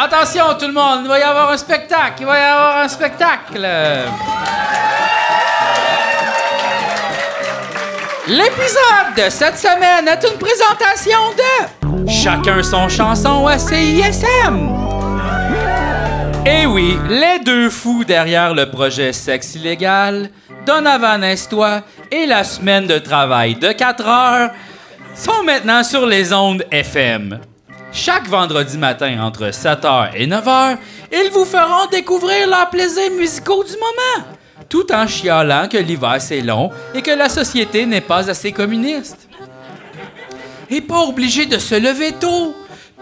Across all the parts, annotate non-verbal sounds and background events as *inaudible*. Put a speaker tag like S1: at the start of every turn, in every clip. S1: Attention tout le monde, il va y avoir un spectacle, il va y avoir un spectacle. L'épisode de cette semaine est une présentation de Chacun son chanson à CISM. Et Eh oui, les deux fous derrière le projet Sexe illégal, Donovan Estoy et la semaine de travail de 4 heures sont maintenant sur les ondes FM. Chaque vendredi matin entre 7h et 9h, ils vous feront découvrir leurs plaisirs musicaux du moment, tout en chialant que l'hiver c'est long et que la société n'est pas assez communiste. Et pas obligé de se lever tôt.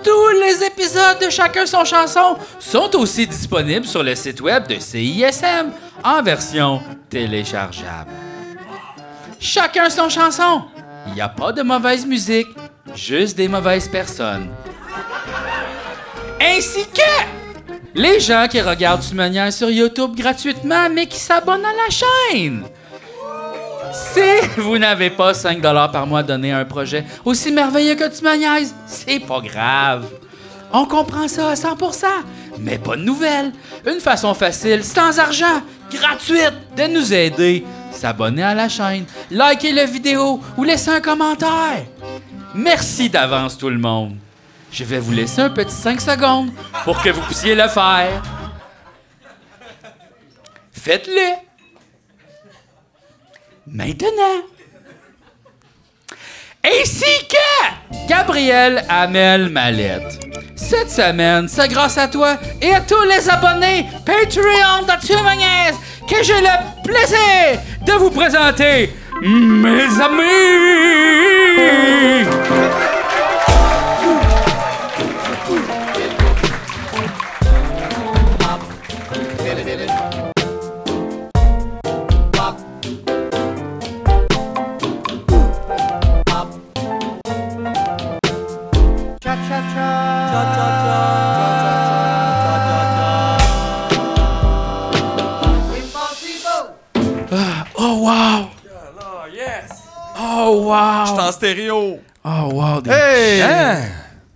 S1: Tous les épisodes de Chacun son chanson sont aussi disponibles sur le site web de CISM en version téléchargeable. Chacun son chanson. Il n'y a pas de mauvaise musique, juste des mauvaises personnes. Ainsi que les gens qui regardent du manière sur YouTube gratuitement mais qui s'abonnent à la chaîne. Si vous n'avez pas 5 par mois donné à un projet aussi merveilleux que tu me niaises, c'est pas grave. On comprend ça à 100 mais bonne nouvelle, une façon facile, sans argent, gratuite, de nous aider. S'abonner à la chaîne, liker la vidéo ou laisser un commentaire. Merci d'avance tout le monde. Je vais vous laisser un petit 5 secondes pour que vous puissiez le faire. Faites-le. Maintenant. Ainsi que Gabriel Amel Mallette. Cette semaine, c'est grâce à toi et à tous les abonnés Patreon de Tumagnaise que j'ai le plaisir de vous présenter mes amis. Oh wow! Oh wow!
S2: en stéréo.
S1: Oh wow! Des
S2: Hey!
S3: Hein?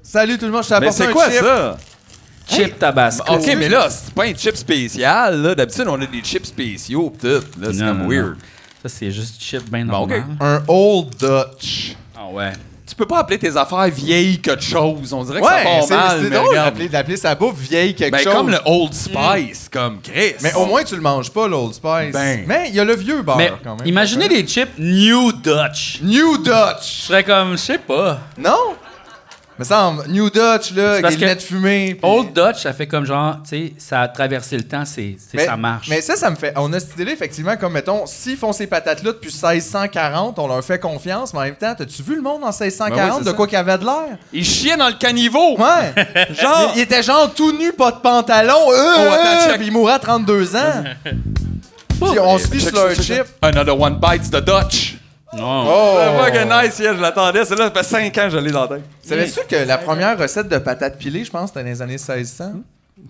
S3: Salut tout le monde, je t'ai
S2: Hein? Mais
S3: apporté
S2: c'est
S3: un
S2: quoi
S3: chip.
S2: ça?
S1: chips tabasco.
S2: Ok, mais là, c'est pas un chip spécial. là. D'habitude, on a des chips spéciaux, pis tout. Là, c'est
S1: Non,
S2: comme
S1: non,
S2: weird.
S1: Ça, c'est juste chip ben
S2: Bon, ok.
S1: normal.
S3: Un Old Dutch.
S1: Ah ouais.
S2: Tu peux pas appeler tes affaires vieilles quelque chose. On dirait que ça
S3: Ouais,
S2: part mal.
S3: c'est- c'est
S2: mais
S3: drôle
S2: regarde.
S3: d'appeler, d'appeler sa bouffe vieille quelque
S2: Ben,
S3: chose.
S2: comme le Old Spice, comme Chris.
S3: Mais au moins tu le manges pas l'Old Spice.
S2: Ben.
S3: Mais il y a le vieux beurre
S1: Mais
S3: quand même.
S1: imaginez des chips New Dutch.
S3: New
S1: Je
S3: Dutch.
S1: serais comme, je sais pas.
S3: Non Me semble New Dutch là,
S1: C'est
S3: avec
S1: parce
S3: des
S1: que
S3: lunettes fumées. puis-
S1: Old Dutch, ça fait comme genre, tu sais, ça a traversé le temps, c'est, c'est-
S3: mais,
S1: ça marche.
S3: Mais ça, ça me fait. On a cette idée-là, effectivement, comme mettons, s'ils font ces patates-là depuis 1640, on leur fait confiance, mais en même temps, t'as-tu vu le monde en 1640
S2: Ben oui, c'est
S3: de
S2: ça.
S3: quoi qu'il avait de l'air?
S2: Il chiait dans le
S3: *laughs*
S2: caniveau.
S3: Ouais!
S2: Genre- Oh,
S3: Il, il était genre tout nu, pas de pantalon, euh,
S2: attends,
S3: euh,
S2: check. Oh,
S3: puis il mourra à 32 ans. Puis on se fiche sur leur chip.
S2: Another one bites the Dutch.
S1: Non.
S3: Oh!
S2: C'est fucking nice, yeah, je l'attendais. Celle-là, ça fait 5 ans que je l'ai dans la tête.
S3: Savais-tu que la première recette de patates pilées, je pense, c'était dans les années 1600?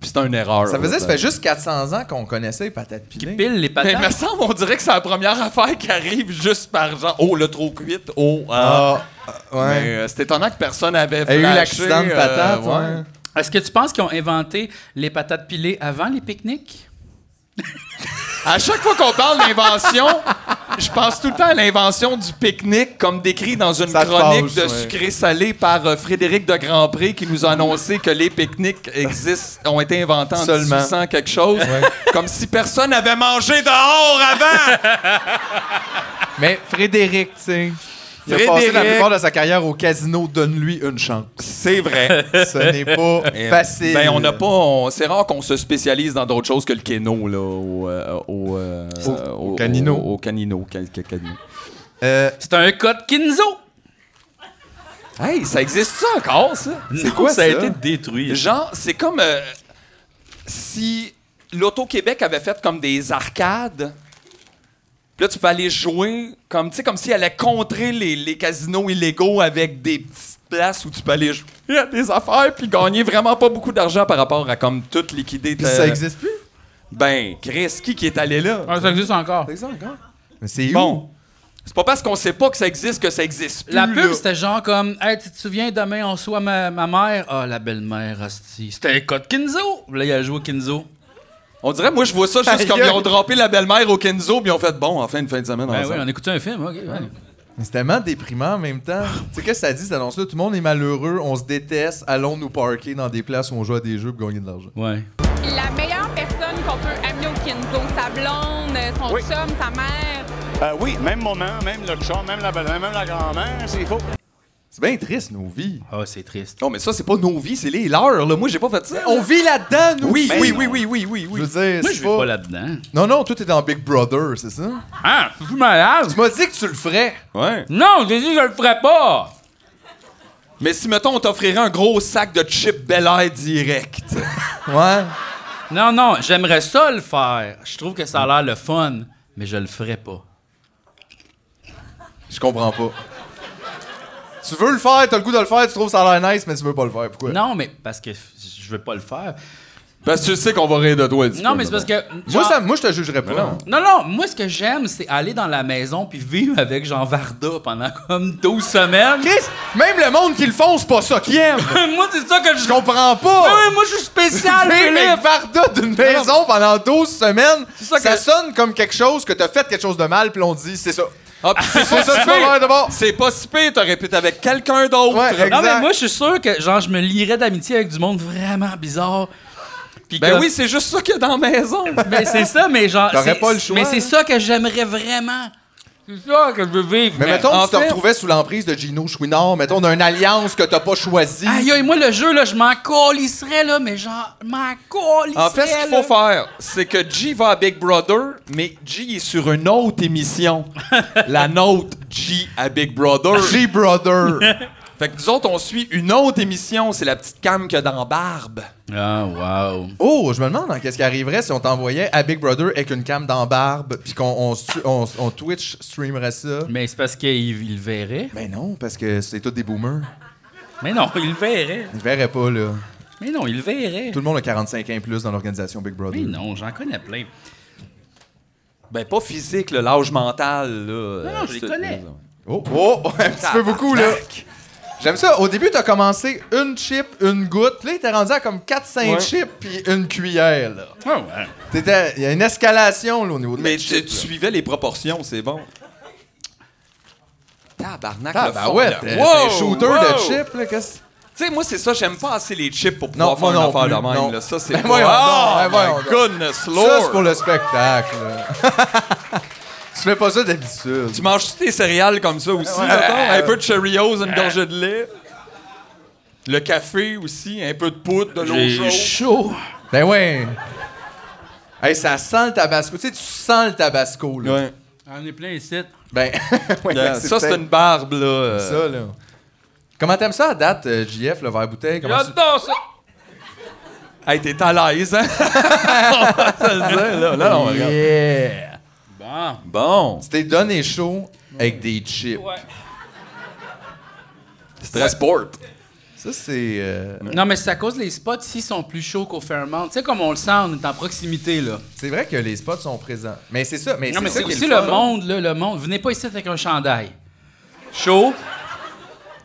S2: Puis c'est une erreur.
S3: Ça faisait, ça
S2: là.
S3: fait juste 400 ans qu'on connaissait les patates pilées.
S1: Pile les
S2: Mais Ben, il me
S1: patates.
S2: semble, on dirait que c'est la première affaire qui arrive juste par genre, oh, le trop cuite, oh, ah.
S3: Ah, euh,
S2: Mais,
S3: ouais.
S2: euh, c'est étonnant que personne n'avait
S3: Il y a
S2: flashé.
S3: eu l'accident de
S2: euh,
S3: patate,
S2: ouais.
S3: ouais.
S1: Est-ce que tu penses qu'ils ont inventé les patates pilées avant les pique-niques?
S2: À chaque fois qu'on parle d'invention, je pense tout le temps à l'invention du pique-nique, comme décrit dans une
S3: Ça te
S2: chronique
S3: fâche,
S2: de
S3: ouais.
S2: sucré-salé par euh, Frédéric de Grandpré qui nous a annoncé que les pique-niques existent, ont été inventés en
S3: Seulement.
S2: 1800 quelque chose, comme si personne n'avait mangé dehors avant.
S3: Mais Frédéric, tu sais. Il a passé
S2: Frédéric.
S3: la plupart de sa carrière au casino, donne-lui une chance.
S2: C'est vrai. *laughs*
S3: Ce n'est pas
S2: Eh,
S3: facile.
S2: Ben, on n'a pas. on- c'est rare qu'on se spécialise dans d'autres choses que le kéno, là. Au, euh, au, euh, euh, au-
S3: canino.
S2: Au, au canino. ca- ca- canino.
S3: Euh,
S1: C'est un code Kinzo.
S2: Hey, ça existe ça encore, ça?
S1: C'est
S3: quoi,
S1: ça a
S3: ça?
S1: été détruit.
S2: Genre, c'est comme euh, si l'Auto-Québec avait fait comme des arcades. Puis Là, tu peux aller jouer comme, tu sais, comme s'il allait contrer les, les casinos illégaux avec des petites places où tu peux aller jouer à des affaires puis gagner vraiment pas beaucoup d'argent par rapport à comme toute liquidité.
S3: puis ça existe plus?
S2: Ben, Chris, qui qui est allé là?
S1: Ah, ça existe encore.
S3: Ça existe encore? Mais c'est où?
S2: Bon. C'est pas parce qu'on sait pas que ça existe que ça existe plus.
S1: La pub,
S2: là.
S1: c'était genre comme Hey, tu te souviens, demain, on soit ma, ma mère Ah, la belle-mère, hostie. C'était un code Kinzo. Là, il a joué au Kinzo.
S2: On dirait, moi, je vois ça juste
S3: Aïe,
S2: comme
S3: aïe.
S2: ils ont droppé la belle-mère au Kenzo, puis ils ont fait bon, enfin, une fin de semaine.
S1: Ben oui,
S2: ensemble.
S1: on écoutait un film. ok, ouais.
S3: Mais C'est tellement déprimant en même
S2: Ah,
S3: temps. tu sais, qu'est-ce que ça dit, cette annonce-là? Tout le monde est malheureux, on se déteste, allons nous parquer dans des places où on joue à des jeux pour gagner de l'argent.
S1: Ouais.
S4: La meilleure personne qu'on peut amener au Kinzo, sa blonde, son
S5: Oui.
S4: chum, sa mère.
S5: Euh, oui, même maman, même le chum, même la belle-mère, même la grand-mère, c'est faux.
S1: hein.
S3: C'est bien triste, nos vies.
S1: Ah, c'est triste.
S2: Non, mais ça, c'est pas nos vies, c'est les leurs. Là. Moi, j'ai pas fait ça.
S3: On vit là-dedans, nous!
S2: Oui,
S3: aussi.
S2: oui, oui, oui, oui, oui,
S3: Je
S2: oui.
S3: veux dire,
S1: Moi,
S3: c'est
S1: je vais pas là-dedans.
S3: Non, non, toi, t'es dans Big Brother, c'est ça?
S1: Hein? Vous malade?
S3: Tu m'as dit que tu le ferais.
S2: Ouais.
S1: Non, j'ai dit que je le ferais pas.
S2: Mais si, mettons, on t'offrirait un gros sac de chips Bel Air direct.
S3: Ouais.
S1: Non, non, j'aimerais ça le faire. Je trouve que ça a l'air le fun, mais je le ferais pas.
S3: Je comprends pas. Tu veux le faire, t'as le goût de le faire, tu trouves ça a l'air nice, mais tu veux pas le faire. Pourquoi?
S1: Non, mais parce que f- je veux pas le faire.
S2: Parce que tu sais qu'on va rire de toi. un petit
S1: Non,
S2: peu,
S1: mais c'est parce
S2: mettons.
S1: que.
S3: Moi,
S1: genre-
S3: ça, moi, je te jugerais pas.
S2: non.
S1: Non, non, moi, ce que j'aime, c'est aller dans la maison puis vivre avec Jean Varda pendant comme 12 semaines. *laughs*
S3: Chris, même le monde qui le font, c'est pas ça qu'ils aiment.
S1: moi, c'est ça que je.
S3: Je comprends
S1: Ah
S3: pas.
S1: oui, moi, je suis
S3: *laughs*
S1: spécial,
S3: Vivre avec
S1: Philippe!
S3: Varda d'une maison pendant 12 semaines,
S1: ça
S3: ça,
S1: que-
S3: sonne comme quelque chose que t'as fait quelque chose de mal, puis on dit c'est ça.
S2: Ah, pis *laughs* c'est
S3: *laughs* C'est
S2: pas
S3: ça,
S2: si
S3: tu vas faire
S2: pire.
S3: de bord.
S2: C'est pas si pire, t'aurais pu être avec quelqu'un d'autre.
S3: Ouais, exact.
S1: Non, mais moi, je suis sûr que, genre, je me lierais d'amitié avec du monde vraiment bizarre. Puis
S2: Ben
S1: que-
S2: oui, c'est juste ça qu'il y a dans la maison.
S1: *laughs* Ben, c'est ça, mais genre.
S3: T'aurais
S1: c'est-
S3: pas le choix,
S1: Mais c'est
S3: hein.
S1: ça que j'aimerais vraiment. C'est ça que je veux vivre.
S3: Mais mettons que
S2: en
S3: tu te
S2: fait-
S3: retrouvais sous l'emprise de Gino Chouinard, *laughs* mettons d'une alliance que t'as pas choisie.
S1: Aïe, aïe, moi, le jeu, là, je m'en colisserais, là, mais genre, je m'en colisserais.
S2: En fait, ce qu'il
S1: là.
S2: faut faire, c'est que G va à Big Brother, mais G est sur une
S3: *laughs*
S2: autre émission. la nôtre, G à Big Brother. *laughs*
S3: G-Brother.
S2: Fait que nous autres, on suit une autre émission. C'est la petite cam que dans Barbe.
S1: Ah, wow.
S3: oh, je me demande hein, qu'est-ce qui arriverait si on t'envoyait à Big Brother avec une cam dans barbe, puis qu'on on, stu- on- on Twitch streamerait ça.
S1: Mais c'est parce qu'il il le verrait.
S3: Ben non, parce que c'est tous des boomers.
S1: Mais non, il le verrait.
S3: Ils verraient pas, là.
S1: Mais non, il le verrait.
S3: Tout le monde a 45 ans et plus dans l'organisation Big Brother.
S1: Mais non, j'en connais plein.
S2: Ben, pas physique, là, l'âge mental. Là,
S1: non, je les connais.
S3: Oh, oh, un petit peu beaucoup, là. J'aime ça. Au début, t'as commencé une chip, une goutte. Là, t'es rendu à comme 4-5
S2: Ouais.
S3: chips puis une cuillère, là.
S1: Ah ouais.
S3: T'étais- Il y a une escalation, là, au niveau de la
S2: Mais tu,
S3: chip,
S2: tu
S3: là.
S2: suivais les proportions, c'est bon. Tabarnak, le fond,
S3: Tabarouette,
S2: là.
S3: t'es- t'es
S2: Wow,
S3: shooter de
S2: wow.
S3: chips, là. Qu'est-ce
S2: Tu sais, moi, c'est ça, j'aime pas assez les chips pour
S3: Non,
S2: pouvoir faire
S3: moi non
S2: une affaire
S3: plus,
S2: de même.
S3: non.
S2: Là. Ça, c'est
S3: Ben
S2: pas...
S3: voyons
S2: Ah,
S3: donc, ben
S2: my
S3: voyons
S2: goodness
S3: Ça, c'est
S2: lord!
S3: pour le spectacle, là.
S2: *laughs*
S3: tu fais pas ça d'habitude.
S2: Tu manges tes céréales comme ça aussi, mettons? Un peu de Cheerios, une gorgée de lait. Le café aussi, un peu de poudre, de l'eau
S1: J'ai
S2: chaude.
S1: chaud.
S3: Ben ouais. Hey, ça sent le tabasco. Tu sais, tu sens le tabasco, là.
S2: Ouais.
S1: J'en ai plein ici.
S3: Ben, *laughs* ouais,
S2: Euh,
S3: ben,
S2: ça, c'est
S3: peut-être
S2: une barbe, là. euh.
S3: ça, là. Comment t'aimes ça à date, euh, JF, le verre bouteille? Comment tu-
S1: J'adore ça.
S2: Hey, t'es à l'aise, hein? On va se le dire, là. Là, Ah, on regarde.
S3: Yeah!
S1: Bon.
S2: Bon,
S3: Tu t'es donné chaud avec des chips.
S1: Ouais.
S2: c'est très sport.
S3: Ça, c'est. euh,
S1: Non, mais c'est à cause les spots ici sont plus chauds qu'au Fairmont. Tu sais, comme on le sent, on est en proximité, là.
S3: C'est vrai que les spots sont présents. Mais c'est ça. Ah, Mais
S1: Non, mais
S3: ça
S1: c'est
S3: qui est
S1: aussi
S3: fun.
S1: le monde, là, le monde. Venez pas ici avec un chandail. Chaud.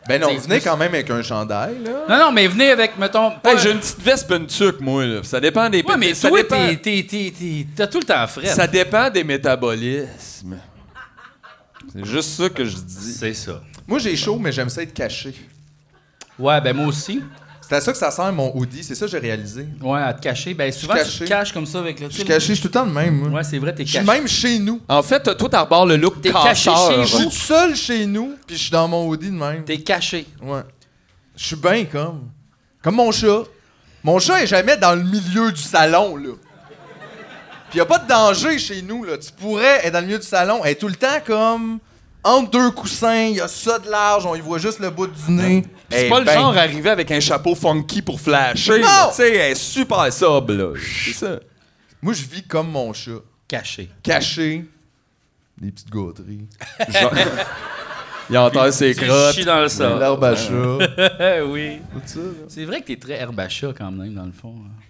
S3: Ben non,
S1: C'est-
S3: venez quand même avec un chandail, là.
S1: Non, non, mais venez avec, mettons. pas-
S2: Hey, j'ai une petite veste pis une tuque, moi, là. Ça dépend des...
S1: Ouais, mais
S2: ça,
S1: toi,
S2: dépend...
S1: t'es- t'es- t'es- t'es- t'as tout le temps frais.
S2: ça dépend des métabolismes. C'est juste ça que je dis.
S1: C'est ça.
S3: Moi, j'ai chaud, mais j'aime ça être caché.
S1: Ouais, ben moi aussi.
S3: C'est à ça que ça sert mon hoodie. C'est ça que j'ai réalisé.
S1: Ouais, à te cacher. Ben souvent,
S3: Je
S1: tu te
S3: suis caché.
S1: caches comme ça avec le
S3: Je suis caché, je suis tout le temps le même, moi.
S1: Ouais, c'est vrai, t'es
S3: je suis
S1: caché.
S3: même chez nous.
S2: En fait, toi, t'arbores le look
S1: T'es caché
S2: casseur.
S1: chez
S3: Je suis
S1: vous.
S3: tout seul chez nous, puis je suis dans mon hoodie de même.
S1: T'es caché.
S3: Ouais. Je suis bien comme. Comme mon chat. Mon chat est jamais dans le milieu du salon, là. Puis y a pas de danger chez nous, là. Tu pourrais être dans le milieu du salon. Elle est tout le temps comme. Entre deux coussins, il y a ça de large, on y voit juste le bout du nez.
S2: C'est
S3: Eh
S2: pas le
S3: ben, *laughs*
S2: genre arrivé avec un chapeau funky pour flasher.
S3: Non!
S2: là. Tu sais, elle est super sobre, là. C'est ça.
S3: Moi, je vis comme mon chat.
S1: Caché.
S3: Caché. Des petites gâteries.
S2: *laughs* Genre- Il enterre ses crottes.
S1: dans le sol.
S3: L'herbe à chat.
S1: oui.
S3: Tout ça, là.
S1: C'est vrai que t'es très herbe à chat quand même, dans le fond. hein.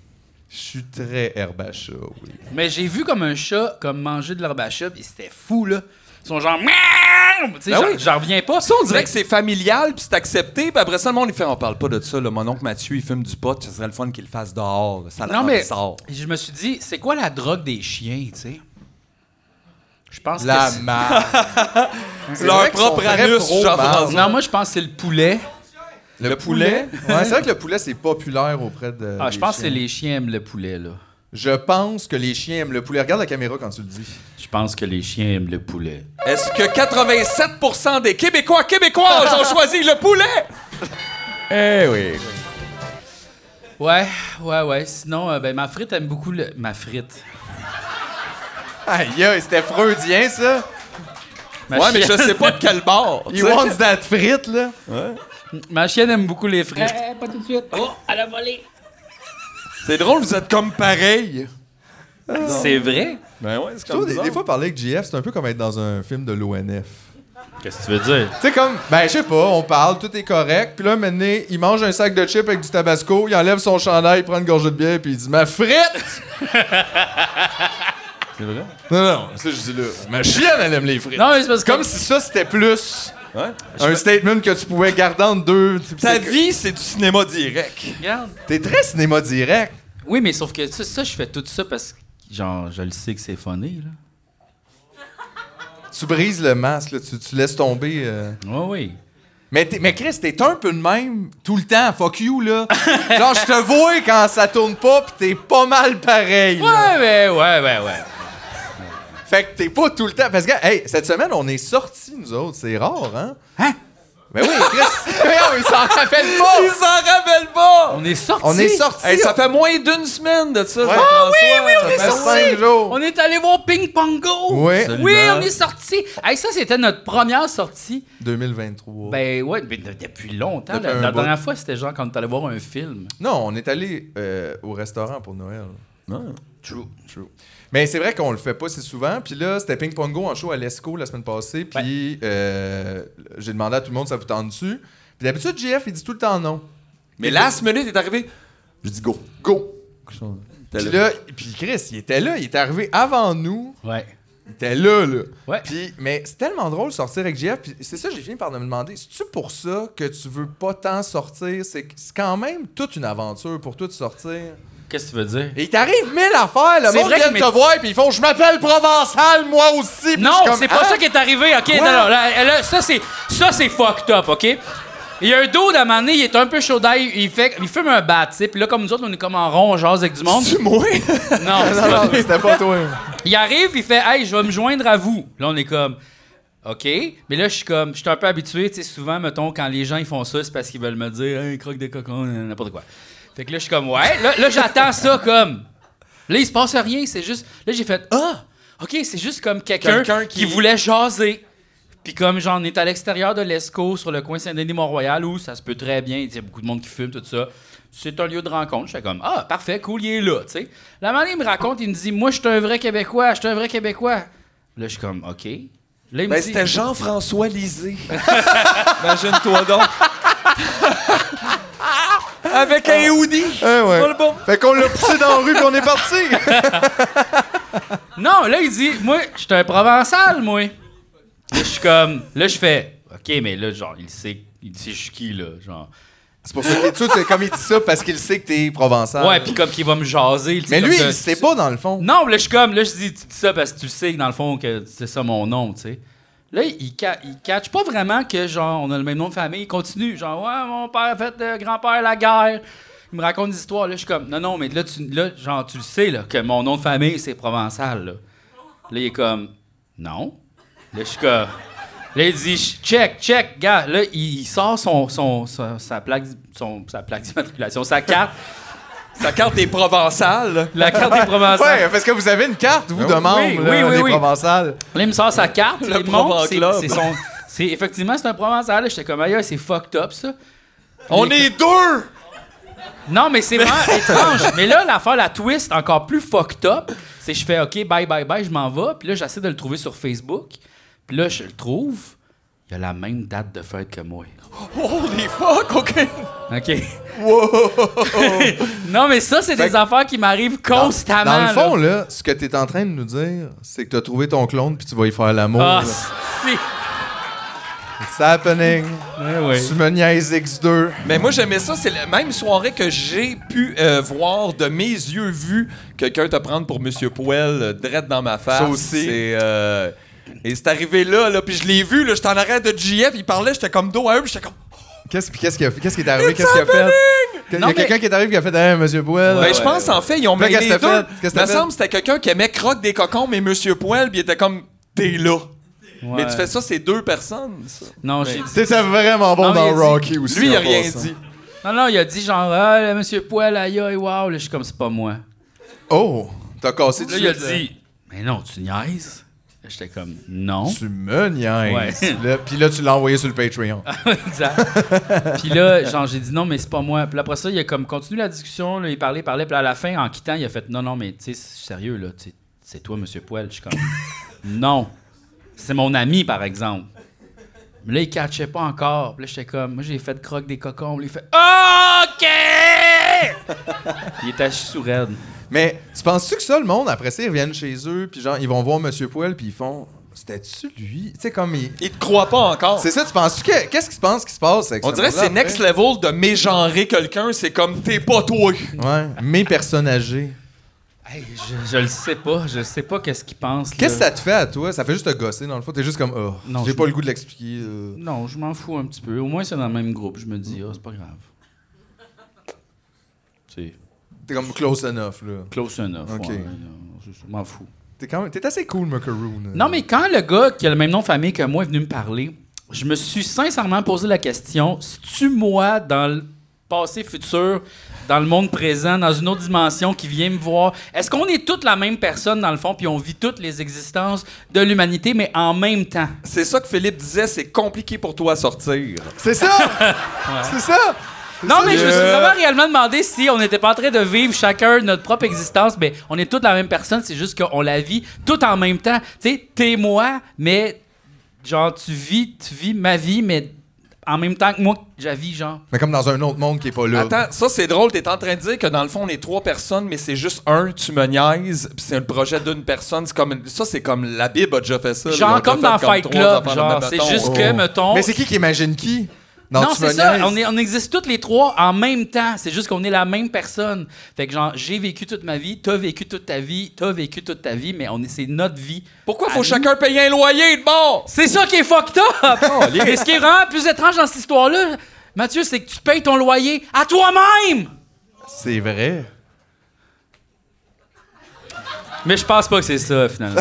S3: Je suis très herbe à chat, oui.
S1: Mais j'ai vu comme un chat comme manger de l'herbe à chat, pis c'était fou, là. Ils sont genre. Miaou Bam! Tu sais,
S2: Ben
S1: j'en-
S2: oui.
S1: J'en reviens pas.
S2: Ça, on dirait
S1: Mais-
S2: que c'est familial, puis c'est accepté, puis après ça, le monde, il fait On parle pas de ça, là. mon oncle Mathieu, il fume du pot, ce serait le fun qu'il le fasse dehors,
S3: Ah,
S2: ça le
S1: Non,
S2: rend
S1: mais
S2: *laughs* bizarre.
S1: je me suis dit, c'est quoi la drogue des chiens, tu sais? Je pense
S3: La
S1: que c'est-
S3: marde. C'est
S2: Leur
S3: vrai qu'ils sont
S2: propre
S3: très
S2: anus,
S3: pro
S2: genre.
S3: marde.
S1: Non, moi, je pense que c'est le poulet.
S3: Le, poulet. Ouais, c'est vrai que le poulet, c'est populaire auprès de.
S1: Ah, je
S3: des
S1: pense que c'est
S3: chiens.
S1: les chiens aiment le poulet, là.
S3: Je pense que les chiens aiment le poulet. Regarde la caméra quand tu le dis.
S1: Je pense que les chiens aiment le poulet.
S2: Est-ce que 87 des Québécois, Québécoises *laughs* ont choisi le poulet?
S3: Eh oui.
S1: Ouais, ouais, ouais. Sinon, euh, ben, ma frite aime beaucoup le. Ma frite.
S3: Aïe, aïe, c'était freudien, ça.
S1: Ma,
S2: ouais, mais
S1: chienne...
S2: je sais pas de quel bord. tu
S3: He
S2: sais.
S3: wants that frite, là.
S1: ma chienne aime beaucoup les frites.
S4: pas tout de suite. Oh, elle a volé.
S2: C'est drôle, vous êtes comme pareil.
S1: c'est vrai?
S2: Ben ouais, c'est
S3: Je trouve, des, des fois, parler avec JF, c'est un peu comme être dans un film de l'ONF.
S1: Qu'est-ce que tu veux dire?
S3: Tu sais, comme, ben, je sais pas, on parle, tout est correct. Puis là, maintenant, il mange un sac de chips avec du tabasco, il enlève son chandail, il prend une gorgée de bière, puis il dit Ma frite
S2: C'est vrai.
S3: Non, non, ça, je dis là. Ma chienne, elle aime les frites.
S1: Non, mais c'est parce que.
S3: Comme si ça, c'était plus
S2: Ouais.
S3: un statement que tu pouvais garder entre deux. Tu-
S2: Ta
S3: c'est-
S2: vie, c'est du cinéma direct.
S1: Regarde.
S3: T'es très cinéma direct.
S1: Oui, mais sauf que ça, ça, je fais tout ça parce que, genre, je le sais que c'est funny, là.
S3: Tu brises le masque, là, tu, tu laisses tomber. euh.
S1: Ouais, oui.
S3: Mais, t'es- mais Chris, t'es un peu de même tout le temps, fuck you, là. Genre, je te vois quand ça tourne pas, pis t'es pas mal pareil. là.
S1: Ouais, mais ouais, ouais, ouais.
S3: Fait que t'es pas tout le temps. Parce que, hey, cette semaine, on est sortis, nous autres. C'est rare, hein?
S1: Hein?
S3: Ben oui,
S1: *laughs*
S3: Chris. Mais non, ils s'en rappellent pas.
S2: Ils s'en rappellent pas!
S1: On est sortis.
S3: On est sortis. Ah
S2: Hey, ça fait moins d'une semaine de ça.
S3: Ouais.
S2: François.
S1: Ah on
S3: Ça
S1: est
S3: fait
S1: sortis.
S3: cinq jours.
S1: On est allé voir Ping Pong Go.
S3: Ouais.
S1: Oui,
S2: Absolument.
S1: on est sortis. Hey, ça, c'était notre première sortie.
S3: 2023.
S1: Ben ouais, mais de- depuis longtemps.
S3: Depuis
S1: la,
S3: un
S1: la
S3: bout.
S1: dernière fois, c'était genre quand on est allé voir un film.
S3: Non, on est allé euh, au restaurant pour Noël.
S2: Non.
S1: True. True.
S3: Mais c'est vrai qu'on le fait pas si souvent. Puis là, c'était Ping Pongo en show à l'ESCO la semaine passée. Puis euh, j'ai demandé à tout le monde ça vous tente dessus. Puis d'habitude, JF, il dit tout le temps non.
S2: Mais last minute est arrivé. Je dis go.
S3: Go!
S2: T'as
S3: Puis
S2: le-
S3: là, puis Chris, il était là. Il est arrivé avant nous.
S1: Ouais.
S3: Il était là, là.
S1: Ouais.
S3: Puis, mais c'est tellement drôle de sortir avec JF. Puis c'est ça, j'ai fini par me demander c'est-tu pour ça que tu veux pas tant sortir C'est que c'est quand même toute une aventure pour toi de sortir.
S1: Qu'est-ce que tu veux dire?
S3: Et il t'arrive mille affaires, le
S1: C'est
S3: monde
S1: vrai
S3: vient
S1: que
S3: te
S1: mes-
S3: voir, puis ils font Je m'appelle Provençal, moi aussi. Puis je
S1: Non,
S3: suis comme,
S1: c'est pas
S3: Ah!
S1: ça qui est arrivé, ok? Non, non, là, là, ça, c'est, ça, c'est fucked up, ok? Il y a un dos d'un moment donné, il est un peu chaud d'ail, il, fait, il fume un bat, tu sais, puis là, comme nous autres, on est comme en rond, on jase avec du monde.
S3: *laughs*
S2: Tu moi?
S1: Non, c'est
S3: Non,
S1: pas-
S3: non, c'était pas toi.
S1: Il arrive, il fait Hey, je vais me joindre à vous. Là, on est comme OK. Mais là, je suis comme, je suis un peu habitué. Tu sais, souvent, mettons, quand les gens ils font ça, c'est parce qu'ils veulent me dire Hey, croque des cocons, euh, n'importe quoi. Fait que là, je suis comme Ouais. Là, là, j'attends ça comme. Là, il se passe rien. C'est juste. Là, j'ai fait Ah, OK, c'est juste comme quelqu'un
S2: Quelqu'un
S1: qui...
S2: qui-
S1: voulait jaser. Puis comme j'en est à l'extérieur de l'Esco, sur le coin Saint-Denis-Mont-Royal, où ça se peut très bien, il y a beaucoup de monde qui fume, tout ça. C'est un lieu de rencontre. Je fais comme, ah, parfait, cool, il est là, tu sais. La manière il me raconte, il me dit, moi, je suis un vrai Québécois, je suis un vrai Québécois. Là, je suis comme, OK. Là, il me
S2: Ben,
S1: dit,
S2: c'était Jean-François Lisée. Imagine-toi donc. Avec
S3: Ah.
S2: un hoodie. Sur le bas.
S3: Fait qu'on l'a poussé dans la rue, puis on est parti.
S1: non, là, il dit, moi, je suis un Provençal, moi. Là, je suis comme, là, je fais, OK, mais là, genre, il sait, il sait je suis qui, là, genre.
S3: c'est pour ça que tu sais, comme il dit ça, parce qu'il sait que t'es Provençal.
S1: Ouais, puis comme qu'il va me jaser. tu sais,
S3: Ah. mais
S1: comme
S3: lui,
S1: ça,
S3: il sait pas, dans le fond.
S1: Non, là, je suis comme, là, je dis, tu dis ça parce que tu sais, que dans le fond, que c'est ça mon nom, tu sais. Là, il, ca- il catch pas vraiment que, genre, on a le même nom de famille. Il continue, genre, ouais, mon père a fait euh, grand-père la guerre. Il me raconte des histoires. Là, je suis comme, non, non, mais là, tu, là, genre, tu le sais, là, que mon nom de famille, c'est provençal, là. Là, il est comme, non. Là, je suis comme, *laughs* là, il dit, check, check, gars. Là, il, il sort son, son, sa, sa plaque, son, sa plaque d'immatriculation, sa carte,
S2: Sa carte est provençale.
S1: la carte des provençales.
S3: Ouais, parce que vous avez une carte, vous, de membre,
S1: oui,
S3: là,
S1: oui, oui,
S3: des
S1: oui.
S3: Provençal.
S1: Là, il me sort sa carte, il me
S2: Provenc
S1: montre, c'est-
S2: Club.
S1: c'est son... c'est- Effectivement, c'est un provençal. là. J'étais comme, aïe, aïe, c'est fucked up, ça.
S2: On
S1: Mais-
S2: est deux!
S1: Non, mais c'est vraiment étrange. Mais là, l'affaire, la twist encore plus fucked up, c'est que je fais, OK, bye, bye, bye, je m'en vais. Puis là, j'essaie de le trouver sur Facebook. Puis là, je le trouve. Il a la même date de fête que moi.
S2: Holy fuck, OK.
S1: OK. *laughs* non, mais ça, c'est des affaires qui m'arrivent constamment.
S3: Dans le fond,
S1: là.
S3: là, ce que t'es en train de nous dire, c'est que t'as trouvé ton clone puis tu vas y faire l'amour.
S1: Ah,
S3: là.
S1: si.
S3: It's happening.
S1: Ben oui.
S3: Tu me niaises X2.
S2: Mais moi, j'aimais ça. C'est la même soirée que j'ai pu euh, voir de mes yeux vus quelqu'un te prendre pour Monsieur Poel, euh, drette dans ma face.
S3: Ça aussi.
S2: C'est, euh, et c'est arrivé là, là, puis je l'ai vu, là, j'étais en arrêt de JF, il parlait, j'étais comme dos à eux, puis j'étais comme.
S3: Qu'est-ce puis qu'est-ce qu'il a fait? Qu'est-ce qui est arrivé? Qu'est-ce qu'il a fait? Il y
S2: Non,
S3: a
S2: mais-
S3: quelqu'un qui est arrivé et qui a fait Hey, Monsieur Bouel. euh,
S2: ben, je pense, en fait, ils ont
S3: Fait
S2: mêlé
S3: qu'est-ce
S2: les
S3: que t'as
S2: deux.
S3: fait? Qu'est-ce que
S2: me
S3: t'as fait?
S2: semble que c'était quelqu'un qui aimait croque des cocons, mais Monsieur Poel, puis il était comme, t'es là. Mais tu fais ça, c'est deux personnes, ça.
S1: Non, j'ai dit-
S3: C'était vraiment bon
S1: Non, mais
S3: dans
S1: il a dit-
S3: Rocky aussi.
S2: Lui, il a
S3: en
S2: rien
S3: passant.
S2: dit.
S1: Non, non, il a dit genre, ah, le monsieur Poil, aïe, aïe, wow. Là, je suis comme, c'est pas moi.
S3: Oh, t'as cassé
S1: Là,
S3: tout
S1: il a
S3: de suite,
S1: dit, euh, mais non, tu niaises. Là, J'étais comme, non.
S3: Tu me niaises.
S1: Ouais.
S3: Là, Puis là, tu l'as envoyé sur le Patreon.
S2: Ah.
S1: exact. *laughs* puis là, genre, j'ai dit non, mais c'est pas moi. Puis après ça, il a comme continué la discussion, là, il parlait, parlait. Puis à la fin, en quittant, il a fait non, non, mais tu sais, sérieux, là, tu sais, c'est toi, monsieur Poel. Je suis comme non, c'est mon ami, par exemple. Mais là, il catchait pas encore. Puis là, j'étais comme, moi, j'ai fait croque des cocons. Puis il fait OK! il était sous raide.
S3: Mais tu penses-tu que ça, le monde, après ça, ils reviennent chez eux, puis genre, ils vont voir Monsieur Poel, puis ils font C'était-tu lui? Tu sais, comme il.
S2: Il te croit pas encore.
S3: C'est ça, tu penses-tu que. Qu'est-ce qui se passe qui se passe avec
S2: On
S3: ce
S2: dirait que
S3: monde-là
S2: c'est next level de mégenrer quelqu'un, c'est comme, t'es pas toi.
S3: après? Ouais, mes personnes âgées.
S1: Hey, je, je le sais pas. Je sais pas qu'est-ce qu'il pense. là.
S3: Qu'est-ce que ça te fait à toi? Ça fait juste te gosser, dans le fond. T'es juste comme, oh,
S1: Non,
S3: j'ai
S1: je-
S3: pas le goût de l'expliquer. euh.
S1: Non, je m'en fous un petit peu. Au moins, c'est dans le même groupe. Je me dis, ah, c'est pas grave. C'est
S3: T'es comme close enough, là.
S1: close enough.
S3: Ok.
S1: ouais, non, c'est ça, je m'en fous.
S3: T'es quand même. T'es assez cool, Macaroon. là.
S1: Non, mais quand le gars qui a le même nom de famille que moi est venu me parler, je me suis sincèrement posé la question si tu moi dans le passé, futur, dans le monde présent, dans une autre dimension qui vient me voir Est-ce qu'on est toutes la même personne, dans le fond, puis on vit toutes les existences de l'humanité, mais en même temps
S2: C'est ça que Philippe disait, c'est compliqué pour toi à sortir.
S1: *laughs*
S3: C'est ça! C'est ça! C'est
S1: Non,
S3: ça,
S1: mais je me suis
S3: euh,
S1: vraiment réellement demandé si on n'était pas en train de vivre chacun notre propre existence. Mais on est tous la même personne, c'est juste qu'on la vit tout en même temps. Tu sais, t'es moi, mais genre, tu vis, tu vis ma vie, mais en même temps que moi, je la vis, genre.
S3: Mais comme dans un autre monde qui est pas là.
S2: Attends, ça c'est drôle, t'es en train de dire que dans le fond on est trois personnes, mais c'est juste un, tu me niaises, pis c'est le projet d'une personne, c'est comme, ça c'est comme, la Bible a déjà fait ça. là, ils ont
S1: Genre
S2: déjà
S1: comme
S2: fait
S1: dans Fight
S2: trois
S1: Club,
S2: affaires de
S1: genre,
S2: même
S1: c'est
S2: ton.
S1: juste
S3: Oh.
S1: que, mettons.
S3: Mais c'est qui qui imagine qui? Dans
S1: non,
S3: Tu me
S1: c'est ça.
S3: niaises?
S1: On, est, on existe toutes les trois en même temps. C'est juste qu'on est la même personne. Fait que, genre, j'ai vécu toute ma vie, t'as vécu toute ta vie, t'as vécu toute ta vie, mais on est, c'est notre vie.
S2: Pourquoi
S1: À
S2: faut
S1: nous.
S2: chacun payer un loyer de bon?
S1: C'est ça qui est fucked up! Mais ce qui est vraiment plus étrange dans cette histoire-là, Mathieu, c'est que tu payes ton loyer à toi-même!
S3: C'est vrai.
S1: Mais je pense pas que c'est ça, finalement.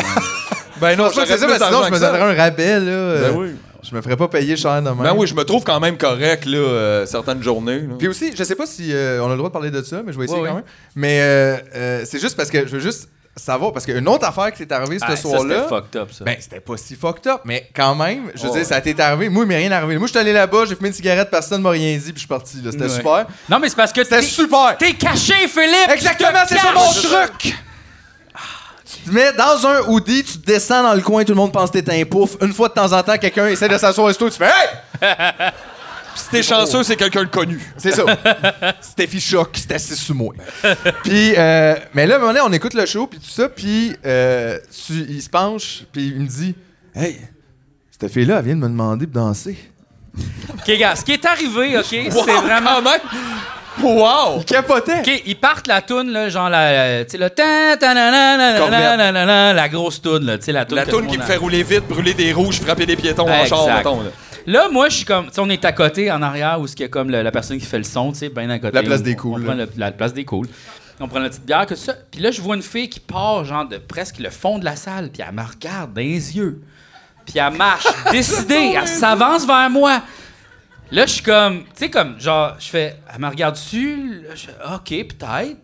S2: Ben non,
S3: Je pense que c'est ça, parce que sinon, je me donnerais un rabais, là. euh,
S2: Ben oui.
S3: Je me ferais pas payer cher de même.
S2: Ben oui, je me trouve quand même correct, là, euh, certaines journées. là.
S3: Puis aussi, je sais pas si euh, on a le droit de parler de ça, mais je vais essayer
S1: Ouais,
S3: quand
S1: ouais.
S3: même. Mais euh, euh, c'est juste parce que je veux juste savoir, parce qu'une autre affaire qui s'est arrivée *laughs* ce
S1: Ah, ça,
S3: soir-là.
S1: c'était fucked up, ça.
S3: Ben, c'était pas si fucked up, mais quand même, je veux dire, ça t'est arrivé. Moi, il m'est rien arrivé. Moi, je suis allé là-bas, j'ai fumé une cigarette, personne m'a rien dit, puis je suis parti. là. C'était
S1: Ouais.
S3: super.
S1: Non, mais c'est parce que
S3: C'était
S1: t'es,
S3: super!
S1: t'es caché, Philippe!
S3: Exactement,
S1: Tu te
S3: c'est ça mon
S1: caches!
S3: truc! Ah, Tu te mets dans un hoodie, tu te descends dans le coin, tout le monde pense que t'es un pouf. Une fois de temps en temps, quelqu'un essaie de s'asseoir sur toi, tu fais Hey!
S2: Pis si t'es chanceux, c'est quelqu'un de connu.
S3: C'est ça. Steffi Choc, c'était assis sous moi. puis, euh, mais là, à un moment donné, on écoute le show, puis tout ça, puis euh, tu- il se penche, puis il me dit Hey, cette fille-là, elle vient de me demander de danser.
S1: Ok, gars, ce qui est arrivé, ok, c'est vraiment.
S2: Quand même! Ah, ben, Wow!
S3: Il capotait.
S1: Ok, ils partent la toune, là, genre la. Tu sais, le. tan, tan, nan, nan, nan,
S2: Corvette.
S1: nan, nan, nan, nan, La grosse toune, là. Tu sais, la toune.
S2: La
S1: que
S2: toune
S1: tout
S2: qui
S1: le
S2: me
S1: monde
S2: fait rouler vite, brûler des rouges, frapper des piétons en
S1: Exact.
S2: char, mettons. là.
S1: Là, moi, je suis comme. Tu sais, on est à côté, en arrière, où ce qu'il y a comme le- la personne qui fait le son, tu sais, bien à côté.
S3: La place des
S1: On-
S3: cools,
S1: On,
S3: là.
S1: prend le- la place des cools. On prend la petite bière, que ça. Puis là, je vois une fille qui part, genre, de presque le fond de la salle, puis elle me regarde dans les yeux. Puis elle
S3: *laughs*
S1: marche, décidée, elle s'avance vers moi. Là, je suis comme. Tu sais, comme, genre, je fais. Elle me regarde dessus, là, je fais, OK, peut-être.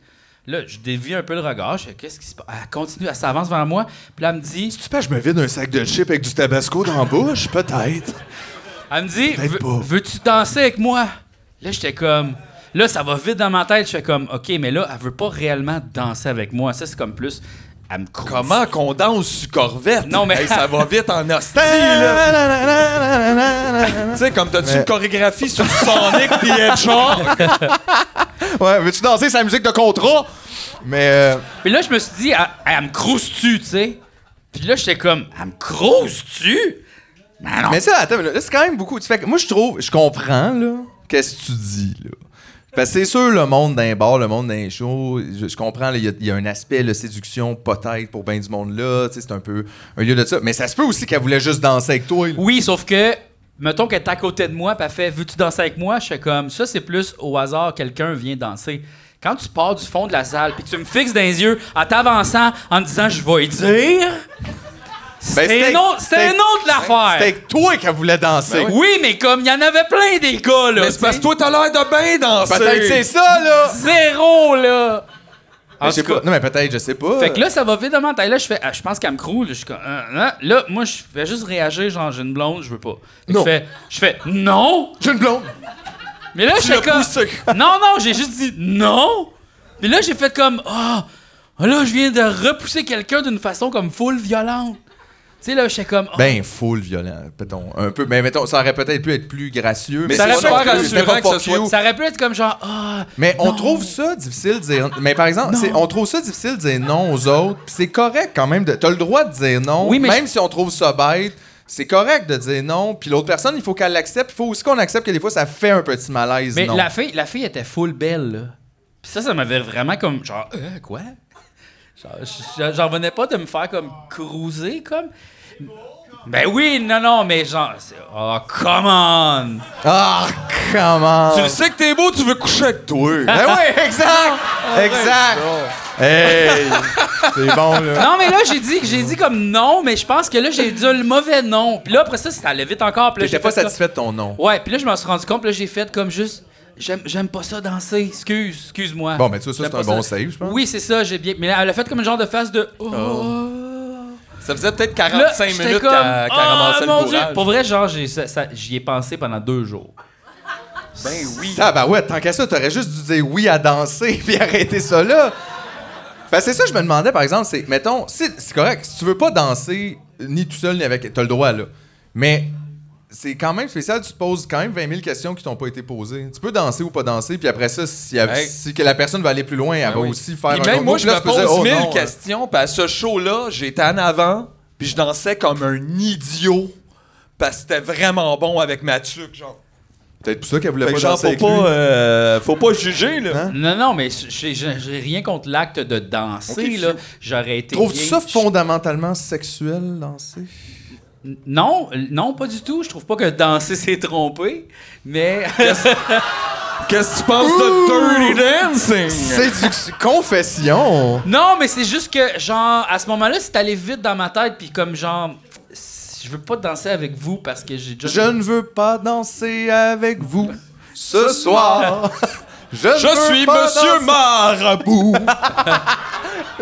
S1: Là, je dévie un peu le regard, je fais, qu'est-ce qui se passe? Elle continue, elle s'avance vers moi, puis là, elle me dit.
S3: Tu penses que je me vide un sac de chips avec du tabasco dans la bouche Peut-être.
S1: Elle me dit
S3: Peut-être
S1: Veux-
S3: pas.
S1: Veux-tu danser avec moi Là, j'étais comme. Là, ça va vite dans ma tête. Je fais comme OK, mais là, elle veut pas réellement danser avec moi. Ça, c'est comme plus. Elle me croise.
S2: Comment qu'on danse sur Corvette?
S1: Non, mais-
S2: Hey, ça va vite en hostie,
S3: *laughs*
S2: là. Tu
S3: ouais,
S2: sais, comme t'as-tu
S3: Mais-
S2: une chorégraphie sur Sonic
S1: *laughs*
S2: pis Hedgehog?
S3: veux-tu danser sa musique de contrat Mais euh,
S1: Puis là, je me suis dit Elle, elle me crouse-tu, tu sais Puis là, j'étais comme Elle me crouse-tu Mais non.
S3: Mais ça, attends, une minute, là, c'est quand même beaucoup. Tu fais que- moi, je trouve, je comprends, là, qu'est-ce que tu dis, là. Parce que c'est sûr, le monde d'un bar, le monde d'un show, je, je comprends, là, il y a- il y, a un aspect, la séduction, peut-être, pour bien du monde là, tu sais, c'est un peu un lieu de ça. Mais ça se peut aussi qu'elle voulait juste danser avec toi, là.
S1: Oui, sauf que, mettons qu'elle est à côté de moi, puis elle fait Veux-tu danser avec moi Je fais comme ça, c'est plus au hasard, quelqu'un vient danser. Quand tu pars du fond de la salle, puis que tu me fixes dans les yeux en t'avançant, en me disant Je vais y dire.
S3: Ben,
S1: C'est une autre- c'est
S3: c'était-
S1: une autre
S3: C'était
S1: l'affaire.
S3: avec toi qu'elle voulait danser.
S1: Ben Oui, mais comme il y en avait plein des gars, là.
S2: Mais c'est parce que toi, t'as l'air de bien danser.
S3: Peut-être c'est ça, là.
S1: Zéro, là. En
S3: Je sais
S1: tout cas,
S3: pas. Non, mais peut-être, je sais pas.
S1: Fait que là, ça va vite de mental. Là, je fais, ah, je pense qu'elle me croule. Je suis comme, ah, ah. là, moi, je vais juste réagir, genre, j'ai une blonde, je veux pas. Fait que
S3: Non.
S1: Je fais, je fais, non!
S3: J'ai une blonde.
S1: Mais là, je fais
S3: l'as
S1: comme,
S3: poussé.
S1: non, non, j'ai juste dit, non! Puis là, j'ai fait comme, ah, là, je viens de repousser quelqu'un d'une façon comme full violente. Tu sais, là, je fais comme, ah.
S3: Ben, full violent, mettons. Un peu. Mais mettons, ça aurait peut-être pu être plus gracieux.
S2: Mais
S1: Ça
S2: c'est
S1: aurait
S2: super
S1: pas pu-
S3: c'était pas
S2: rassurant que ce
S3: fuck you.
S2: soit
S1: ça aurait pu être comme genre, ah,
S3: Mais on trouve ça difficile de dire. Mais par exemple, c'est- on trouve ça difficile de dire non aux autres. Puis c'est correct quand même. De... T'as le droit de dire non.
S1: Oui, mais
S3: même
S1: je-
S3: si on trouve ça bête, c'est correct de dire non. Puis l'autre personne, il faut qu'elle l'accepte. Il faut aussi qu'on accepte que des fois, ça fait un petit malaise.
S1: Mais
S3: non.
S1: la fille, la fille était full belle, là. Puis ça, ça m'avait vraiment comme, genre, euh, quoi? Genre, j- J'en venais pas de me faire comme cruiser, comme. Ben oui, non, non, mais genre, c'est- oh, come on!
S3: Ah, comment?
S1: Ah.
S2: Tu le sais que t'es beau, tu veux coucher avec toi.
S3: Ben oui, exact! Exact! Hey! C'est bon, là.
S1: Non, mais là, j'ai dit, j'ai dit comme non, mais je pense que là, j'ai dit le mauvais non. Puis là, après ça, ça allait vite encore. Puis là,
S3: J'étais
S1: j'ai
S3: pas
S1: fait
S3: satisfait de ton nom.
S1: comme- Ouais, puis là, je m'en suis rendu compte, puis là, j'ai fait comme juste. J'aime, j'aime pas ça danser, excuse, excuse-moi.
S3: Bon, mais tu vois, ça,
S1: J'aime
S3: c'est
S1: pas
S3: un bon save, je pense.
S1: Oui, c'est ça, j'ai bien. Mais elle a fait comme un genre de face de. oh.
S2: Ça faisait peut-être
S1: Là,
S2: 45
S1: j'étais
S2: minutes
S1: comme,
S2: qu'elle qu'elle
S1: Ah,
S2: ramassait
S1: mon
S2: le
S1: Dieu!
S2: courage.
S1: Pour vrai, genre, j'ai- ça- ça- j'y ai pensé pendant deux jours.
S2: Ben oui.
S3: Ah bah ouais, tant qu'à ça, t'aurais juste dû dire oui à danser *laughs* puis arrêter ça là. Parce que c'est ça que je me demandais par exemple, c'est mettons, si, c'est correct, si tu veux pas danser ni tout seul ni avec, t'as le droit là. Mais c'est quand même spécial, tu te poses quand même 20 000 questions qui t'ont pas été posées. Tu peux danser ou pas danser, puis après ça, si, elle-
S2: Hey. Ben
S3: si que la personne va aller plus loin, elle va aussi faire
S2: Puis
S3: un
S2: même
S3: autre
S2: moi,
S3: move,
S2: je
S3: là,
S2: me
S3: tu peux dire,
S2: pose
S3: oh,
S2: mille
S3: non, euh,
S2: questions. Puis à ce show-là, j'étais en avant, puis je dansais comme un idiot. Parce que c'était vraiment bon avec ma tuque, genre.
S3: Peut-être pour ça qu'elle voulait
S2: Fait que
S3: pas
S2: genre,
S3: danser
S2: faut
S3: avec
S2: pas,
S3: lui.
S2: euh, faut pas juger, là.
S3: Hein?
S1: Non, non, mais j'ai j'ai- j'ai rien contre l'acte de danser, là. J'aurais été.
S3: Trouves-tu
S1: bien-
S3: ça fondamentalement sexuel, danser?
S1: Non, non, pas du tout. Je trouve pas que danser, *laughs* c'est tromper. Mais. *laughs*
S2: Qu'est-ce que tu penses de Dirty Dancing?
S3: C'est du confession!
S1: non, mais c'est juste que, genre, à ce moment-là, c'est allé vite dans ma tête, puis comme, genre, je veux pas danser avec vous parce que j'ai déjà.
S3: Je ne veux pas danser avec vous ce soir. *laughs* Je, ne veux
S2: Je suis
S3: pas
S2: Monsieur
S3: danser-
S2: Marabout.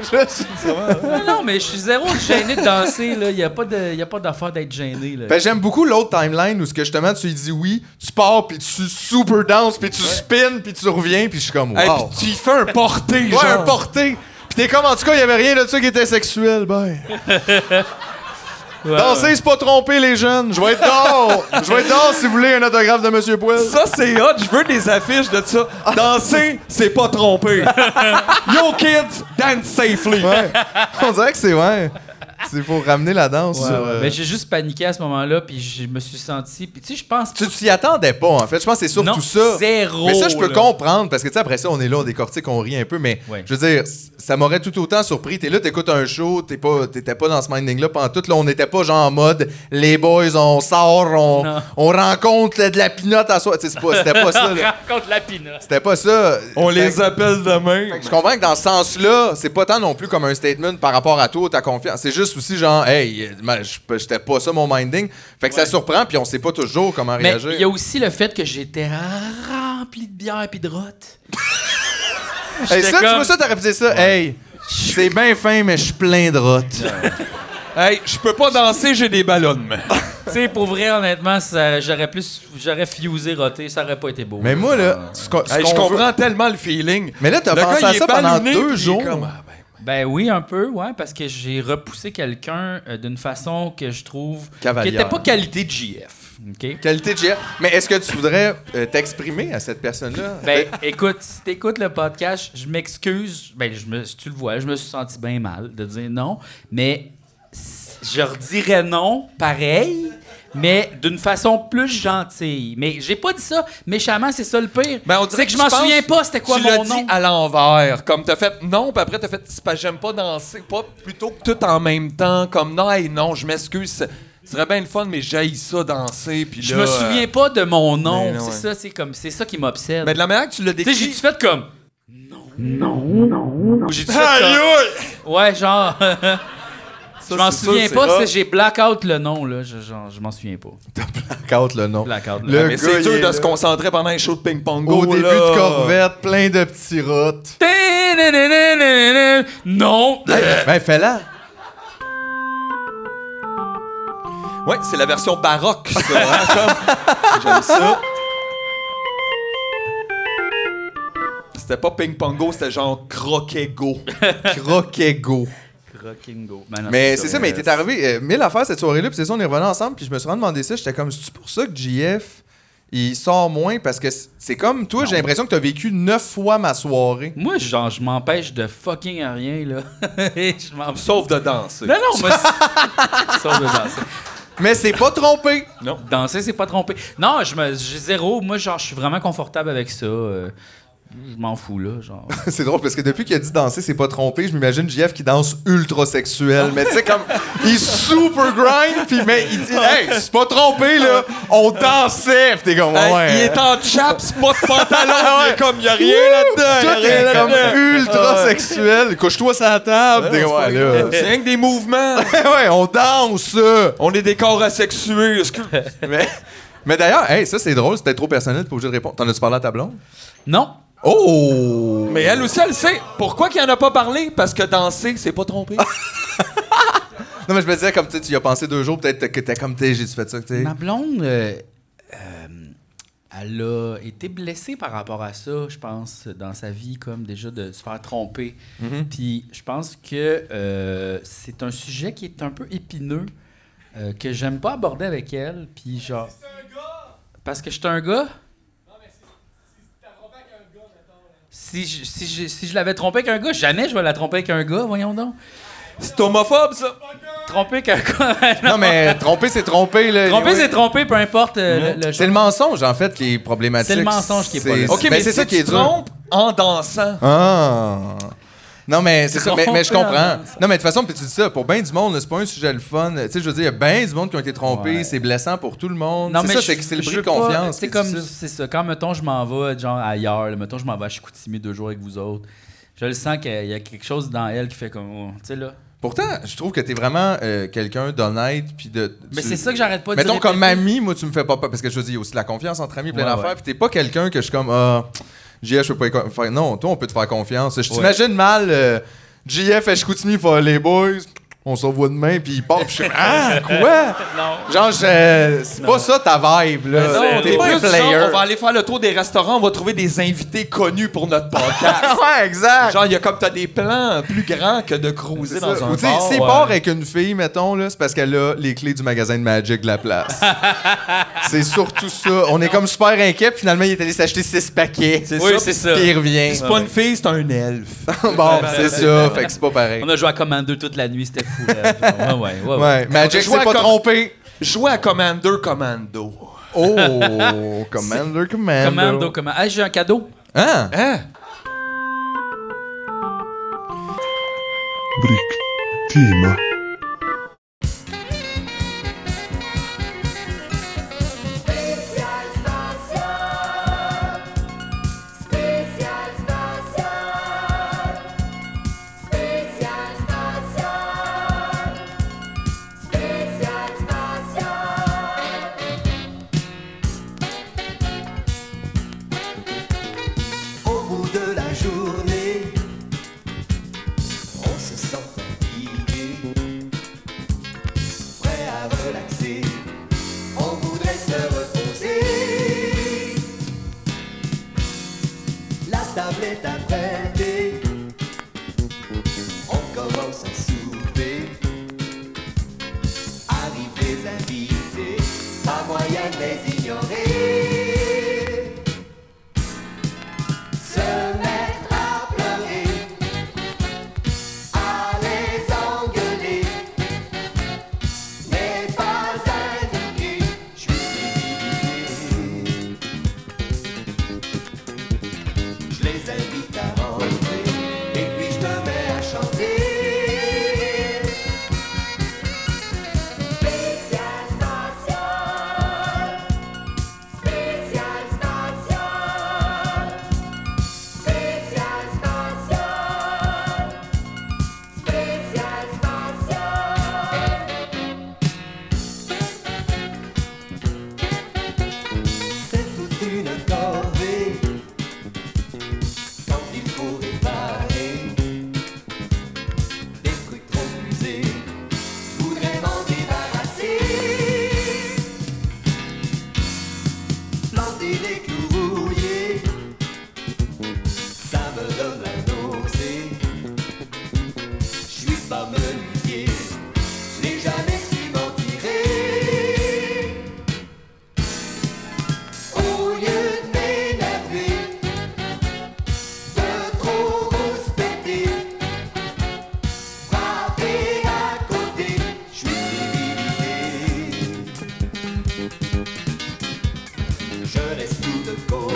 S3: Je suis-
S1: Non, non, mais je suis zéro gêné de danser, là. Y a pas de- y a pas d'affaire d'être gêné, là.
S3: Ben, J'aime beaucoup l'autre timeline où ce que justement tu lui dis oui, tu pars puis tu super danses puis tu spins puis tu reviens puis je suis comme wow.
S2: Hey, puis tu y fais un porté,
S3: ouais,
S2: genre.
S3: un porté. Puis t'es comme en tout cas il y avait rien de ça qui était sexuel, ben.
S2: Euh.
S1: Ouais,
S3: Danser c'est pas tromper les jeunes. Je vais être dehors. Je vais être dehors si vous voulez un autographe de Monsieur Poel.
S2: Ça, c'est hot. Je veux des affiches de ça.
S3: Ah.
S2: Danser, c'est
S3: *laughs*
S2: pas tromper. Yo, kids, dance safely.
S3: Ouais. On dirait que c'est ouais. C'est pour ramener la danse.
S1: Ouais,
S3: sur,
S1: ouais.
S3: euh,
S1: Mais j'ai juste paniqué à ce moment-là, puis je me suis senti. Puis tu sais, je pense.
S3: Tu t'y attendais pas, en fait. Je pense que c'est surtout
S1: Non,
S3: ça.
S1: zéro,
S3: mais ça, je peux
S1: là. *laughs*
S3: comprendre, parce que, tu sais, après ça, on est là, on décortique, on rit un peu, mais
S1: Ouais.
S3: je veux dire, c- ça m'aurait tout autant surpris. T'es là, t'écoutes un show, t'es pas, t'étais pas dans ce minding-là pendant tout. Là, on n'était pas genre en mode, les boys, on sort, on,
S1: Non.
S3: on rencontre là, de la pinotte à soi. Tu sais, c'est pas- c'était pas
S1: *laughs*
S3: ça. là.
S1: Rencontre la pina.
S3: C'était pas ça.
S2: On
S3: Fait
S2: les appelle demain.
S3: que Je comprends que dans ce sens-là, c'est pas tant non plus comme un statement par rapport à toi ou ta confiance. C'est juste aussi genre, hey, ben, je- j'étais pas ça mon minding. Fait que ça surprend, puis on sait pas toujours comment
S1: Mais
S3: réagir.
S1: il y a aussi le fait que j'étais rempli de bière et de
S3: *laughs*
S1: rotte.
S3: Hey,
S1: J'étais
S3: ça, tu
S1: comme-
S3: vois ça, t'as répété ça. Hey, c'est bien fin, mais je suis plein de rottes.
S2: Hey, je peux pas danser, j'ai des ballonnements.
S3: Ah,
S1: tu sais, pour vrai, honnêtement, ça- j'aurais plus. J'aurais fusé roté, ça aurait pas été beau.
S3: mais moi, là, ce qu'on- ce
S2: Hey, je
S3: qu'on
S2: comprends
S3: veut-
S2: tellement le feeling.
S3: Mais là, t'as
S2: Le
S3: pensé
S2: gars,
S3: à
S2: il est
S3: ça pendant
S2: ballonné, puis
S3: deux
S2: il est
S3: jours.
S2: comme, ah, ben,
S1: Ben oui, un peu, ouais, parce que j'ai repoussé quelqu'un euh, d'une façon que je trouve.
S3: Cavalière.
S1: Qui était pas qualité de JF. OK?
S3: Qualité de GF. Mais est-ce que tu voudrais euh, t'exprimer à cette personne-là?
S1: Ben,
S2: *laughs*
S1: écoute, si t'écoutes le podcast, je m'excuse. Ben, je me, si tu le vois, je me suis senti bien mal de dire non. Mais s- je redirais non, pareil. mais d'une façon plus gentille. Mais j'ai pas dit ça méchamment, c'est ça le pire.
S2: Ben, on dirait
S1: c'est que je m'en
S2: tu penses-
S1: souviens pas c'était quoi
S2: tu
S1: mon
S2: l'as dit
S1: nom.
S2: à l'envers. Comme t'as fait non, puis après t'as fait c'est parce que j'aime pas danser, pas plutôt que tout en même temps. Comme non, hey, non, je m'excuse. c'est- Ce serait bien le fun, mais j'aille ça danser. Puis
S1: Je
S2: là,
S1: me
S2: euh,
S1: souviens pas de mon nom.
S2: Mais non,
S1: C'est
S2: ouais.
S1: ça, c'est comme c'est ça qui m'obsède.
S2: Mais ben, de la manière que tu l'as
S1: tu sais, j'ai
S2: décrit.
S1: tout fait comme. Non, non, non. J'ai tout fait
S2: Aïe,
S1: comme.
S2: aïe!
S1: Ouais, genre. *laughs* je m'en
S2: c'est
S1: souviens pas,
S2: sûr, c'est
S1: parce que
S2: rare.
S1: j'ai blackout le nom, là. Je, genre, je m'en souviens pas.
S3: Blackout, le nom.
S1: Blackout, le
S3: Le
S2: Mais
S3: gars,
S2: c'est
S3: il
S2: dur
S3: est
S2: de
S3: là.
S2: se concentrer pendant un show de ping-pong.
S3: Au
S2: go,
S3: début
S2: là.
S3: de Corvette, plein de petits routes.
S1: Non!
S3: Ben, fais-la.
S2: Ouais, c'est la version baroque, ça. hein,
S1: *laughs*
S2: comme- J'aime ça. C'était pas ping-pongo, c'était genre croquet-go.
S3: Croquet-go.
S1: Rockingo. Ben non,
S3: Mais c'est ça, mais il était arrivé euh, mille affaires cette soirée-là, puis c'est ça, on est revenu ensemble, puis je me suis vraiment demandé ça, j'étais comme, c'est pour ça que JF, il sort moins, parce que c- c'est comme toi, j'ai l'impression que t'as vécu neuf fois ma soirée.
S1: Moi, genre, je m'empêche de fucking rien, là. *laughs* je m'empêche.
S2: Sauf de danser.
S1: Non, non, moi. c'est- Sauf de danser.
S3: Mais c'est pas trompé!
S1: Danser, c'est pas trompé. Non, je me. J'ai zéro. Moi, genre, je suis vraiment confortable avec ça. euh, Je m'en fous, là. Genre.
S3: *laughs* c'est drôle, parce que depuis qu'il a dit danser, c'est pas trompé, je m'imagine JF qui danse ultra sexuel, mais tu sais, comme, il super grind, puis mais il dit, hey, c'est pas trompé, là, on dansait, Puis t'es comme,
S2: Hey,
S3: ouais.
S2: Il est en chaps, pas
S3: *laughs*
S2: de pantalon. il est comme, y a rien là-dedans. y a
S3: Tout
S2: rien
S3: est
S2: là-dedans.
S3: comme ultra sexuel. Couche-toi sur la table. T'es comme, ouais, là. *laughs*
S2: C'est rien que des mouvements.
S3: ouais, on danse! euh.
S2: On est des corps asexués. excuse.
S3: *laughs* Mais, mais d'ailleurs, hey, ça c'est drôle, c'était trop personnel, t'es pas obligé de répondre. T'en as-tu parlé à ta blonde?
S1: Non!
S3: Oh!
S2: Mais elle aussi, elle sait. Pourquoi qu'il en a pas parlé? Parce que danser, c'est pas tromper.
S3: Ah! Non, mais je me disais, comme tu sais, tu y as pensé deux jours, peut-être que t'es comme, t'es, j'ai-tu fait ça, tu sais?
S1: Ma blonde, euh, euh, elle a été blessée par rapport à ça, je pense, dans sa vie, comme déjà de se faire tromper.
S3: Mhm.
S1: Puis je pense que euh, c'est un sujet qui est un peu épineux, euh, que j'aime pas aborder avec elle. Puis genre. Parce que je suis un gars? Si je, si, je, si je l'avais trompé avec un gars, jamais je vais la tromper avec un gars, voyons donc.
S2: C'est homophobe, ça.
S1: Tromper avec un gars. *laughs*
S3: Non, mais
S2: *laughs*
S3: tromper, c'est tromper, là.
S1: Tromper,
S3: Oui.
S1: c'est tromper, peu importe euh, le, le
S3: Mhm. C'est le mensonge, en fait, qui est problématique.
S1: C'est le mensonge qui est pas là.
S2: OK,
S3: Ben,
S2: mais
S3: c'est ça qui est dur.
S2: trompe en dansant.
S3: Ah! Non, mais c'est ça, mais, mais je
S1: Tromper,
S3: comprends.
S1: hein,
S3: Non, mais de toute façon, puis tu dis ça, pour bien du monde, là, c'est pas un sujet le fun. Tu sais, je veux dire, il y a bien du monde qui ont été trompés,
S1: Ouais.
S3: c'est blessant pour tout le monde.
S1: Non,
S3: c'est
S1: mais
S3: ça,
S1: je-
S3: c'est que c'est le
S1: je
S3: bris de
S1: veux pas-
S3: confiance.
S1: C'est
S3: qui
S1: comme,
S3: dit ça.
S1: c'est ça. Quand, mettons, je m'en vais, genre, ailleurs, là, mettons, je m'en vais à Chicoutimi deux jours avec vous autres, je le sens qu'il y a quelque chose dans elle qui fait comme, oh, tu sais, là.
S3: Pourtant, je trouve que t'es vraiment euh, quelqu'un d'honnête puis de.
S1: Mais
S3: tu-
S1: c'est ça que j'arrête pas de
S3: Mettons
S1: dire.
S3: comme mamie, moi tu me fais pas peur parce que je te dis il y a aussi la confiance entre amis plein
S1: Ouais,
S3: d'affaires
S1: ouais.
S3: puis t'es pas quelqu'un que je suis comme ah JF je peux pas y co- faire non toi on peut te faire confiance je t'imagine mal euh, JF et je continue faire les boys on se revoit demain puis il part puis je suis
S2: *laughs*
S3: ah quoi
S1: Non.
S3: genre je- c'est pas ça ta vibe là
S1: Mais non,
S2: T'es
S3: t'es Ah, pas un
S2: plus genre,
S3: player
S2: on va aller faire le tour des restaurants, on va trouver des invités connus pour notre podcast.
S3: *laughs* ouais exact
S2: genre, il y a comme t'as des plans plus grands que de cruiser
S3: C'est
S2: dans
S3: ça.
S2: un
S3: Ou tu sais,
S2: bar.
S3: s'il
S2: ouais.
S3: part avec une fille, mettons, là, c'est parce qu'elle a les clés du magasin de Magic de la
S2: *laughs*
S3: place. c'est surtout ça. On est comme super inquiets, puis finalement, il est allé s'acheter six paquets.
S2: C'est
S1: Oui,
S2: ça,
S1: c'est
S2: puis
S1: ça.
S3: Puis il revient.
S2: C'est pas une fille, c'est un elfe.
S3: bon,
S2: ben,
S3: c'est ça. Fait que c'est pas pareil.
S1: On a joué à Commando toute la nuit, c'était fou. là.
S3: *laughs*
S1: Genre, ouais, ouais, ouais. ouais.
S3: Ouais, Magic
S2: On a joué
S3: s'est
S2: à
S3: pas
S2: com-
S3: trompé.
S2: Jouer à Commander Commando. *laughs*
S3: Oh, Commander, Commander.
S1: Commando, comment. Ah, j'ai un cadeau.
S3: Hein?
S2: Hein?
S6: Brick Team.
S7: Au bout de la journée, on se sent fatigué, prêt à relaxer, on voudrait se reposer. La table est apprêtée, on commence à souper. Arrivent les invités, pas moyen de les ignorer se mettre à pleurer, à les engueuler, n'est pas indiqué.
S8: d'aujourd'hui. Spécial Station. Spécial Station. Spécial Station. Spécial Station. C'est toute une corvée Quand il faut réparer
S7: Oh,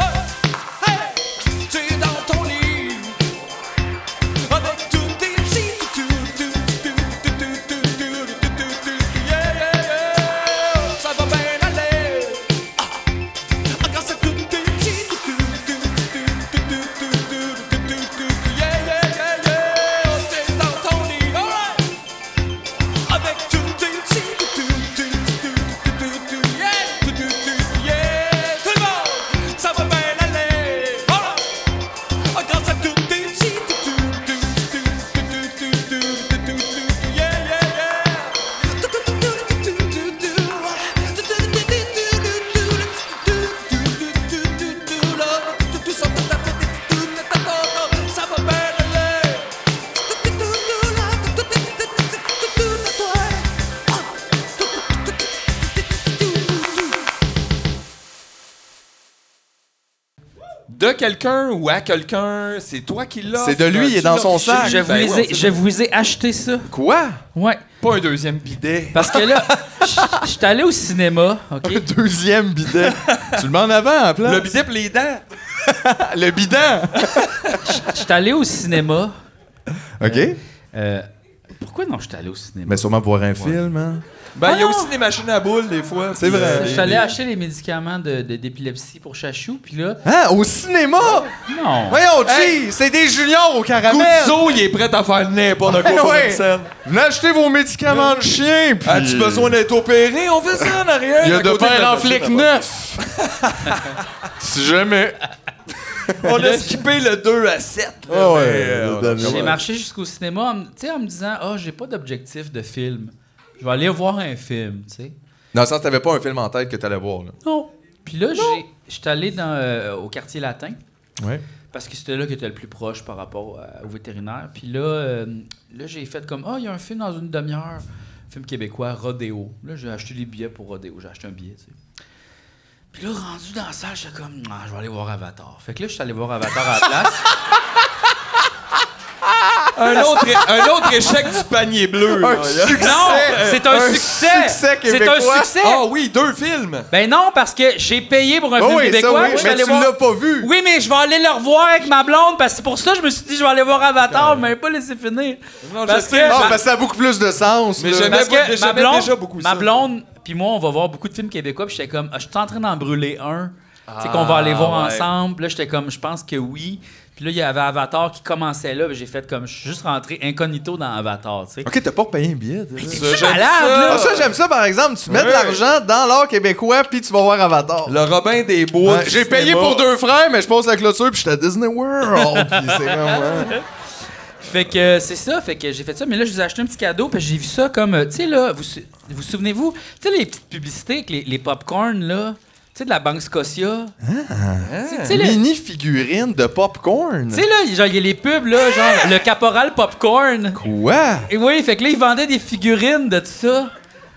S2: Ah, Oh. de quelqu'un ou à quelqu'un, c'est toi qui l'as.
S3: C'est de lui, il est dans son sac.
S1: Je vous,
S2: Ben
S1: les
S2: ouais,
S1: ai- je vous ai acheté ça.
S3: Quoi?
S1: Ouais.
S2: Pas un deuxième bidet.
S1: Parce que là, je suis allé au cinéma,
S3: Un
S1: OK?
S3: *laughs* deuxième bidet.
S2: *laughs*
S3: tu le mets en avant, en place.
S2: Le bidet pour les dents.
S3: *laughs* Le bidan.
S1: Je suis allé au cinéma.
S3: OK.
S1: Euh, pourquoi non, je suis allé au cinéma?
S3: Mais sûrement pour un film, hein.
S2: Ben, il y a
S1: Ah non.
S2: aussi des machines à boules, des fois.
S3: C'est
S2: puis,
S3: vrai.
S2: euh,
S1: Je suis allé acheter les médicaments de- de- d'épilepsie pour Chachou, puis là,
S3: Hein? Au cinéma?
S1: non.
S3: Voyons,
S2: Hey.
S3: G, c'est des juniors au caramel.
S2: Guzzo, il est prêt à
S3: *laughs*
S2: faire n'importe quoi
S3: Ouais,
S2: pour
S3: ouais.
S2: une scène.
S3: Venez acheter vos médicaments de chien, puis...
S2: As-tu besoin d'être opéré? On fait ça en arrière.
S3: Il y a
S2: à
S3: de
S2: côté la
S3: père en
S2: machine à
S3: flic
S2: boules.
S3: neuf. *laughs* si jamais...
S2: On a skippé le 2 à 7. là,
S3: Ah ouais,
S2: mais,
S3: le
S2: euh,
S3: dernier,
S1: J'ai
S3: ouais.
S1: marché jusqu'au cinéma en, me- tu sais, en me disant Ah, j'ai pas d'objectif de film. Je vais aller voir un film, tu sais.
S3: Dans le sens, t'avais pas un film en tête que t'allais voir, là.
S1: Non. Puis là, j'ai- j'étais allé dans, euh, au quartier latin.
S3: Ouais.
S1: Parce que c'était là qui était le plus proche par rapport à- au vétérinaire. Puis là, euh, là j'ai fait comme Ah, il y a un film dans une demi-heure. Film québécois, Rodéo. Là, j'ai acheté des billets pour Rodéo. J'ai acheté un billet, tu sais. Puis là, rendu dans la salle, j'étais comme Ah, je vais aller voir Avatar. Fait que là, je suis allé voir Avatar à la place.
S2: Un autre, é- un autre échec du panier bleu.
S3: Un
S2: là.
S3: succès!
S1: Non, c'est un, succès!
S3: succès
S1: c'est
S3: québécois.
S1: un succès!
S2: Ah oui, deux films.
S1: Ben non, parce que j'ai payé pour un
S3: Ah
S1: film
S3: oui, ça,
S1: québécois.
S3: oui,
S1: puis je suis
S3: mais
S1: allé
S3: tu
S1: voir-
S3: l'as pas vu.
S1: Oui, mais je vais aller le revoir avec ma blonde parce que c'est pour ça que je me suis dit je vais aller voir Avatar, mais pas laissé finir.
S2: Non, je
S1: parce
S2: sais.
S1: que,
S3: Ah,
S1: ma-
S3: parce que ça a beaucoup plus de sens,
S2: Mais
S3: là.
S2: j'aimais-
S1: parce que
S2: déjà-
S1: ma
S2: j'aimais
S1: blonde,
S2: déjà beaucoup
S1: ma
S2: ça.
S1: blonde puis moi on va voir beaucoup de films québécois puis j'étais comme Ah, je suis en train d'en brûler un. C'est qu'on va aller voir
S2: Ah, ouais.
S1: ensemble. Là, j'étais comme je pense que oui. Puis là, il y avait Avatar qui commençait là, puis j'ai fait comme je suis juste rentré incognito dans Avatar, tu sais.
S3: OK, t'as pas payé un billet, déjà.
S1: T'es-tu
S2: ça, j'aime
S1: malade,
S2: ça.
S1: là?
S3: Ah, ça, j'aime ça, par exemple. Tu mets de
S2: Ouais.
S3: l'argent dans l'art québécois, puis tu vas voir Avatar.
S2: Le Robin des Bois.
S3: Ouais,
S2: du
S3: J'ai payé
S2: cinéma.
S3: pour deux frères, mais je passe la clôture, puis j'étais à Disney World. *laughs* puis c'est
S2: *laughs*
S3: vraiment...
S1: Fait que euh, c'est ça, fait que j'ai fait ça, mais là je vous ai acheté un petit cadeau, puis j'ai vu ça comme, euh, tu sais là, vous sou- vous souvenez-vous, tu sais les petites publicités avec les, les popcorn là, tu sais de la Banque Scotia,
S2: Ah.
S1: Tu sais- tu sais le- tu
S3: Mini figurine de popcorn.
S1: sais là, genre il y a les pubs là, genre le Caporal Popcorn,
S3: Quoi?
S1: et oui, fait que là ils vendaient des figurines de tout ça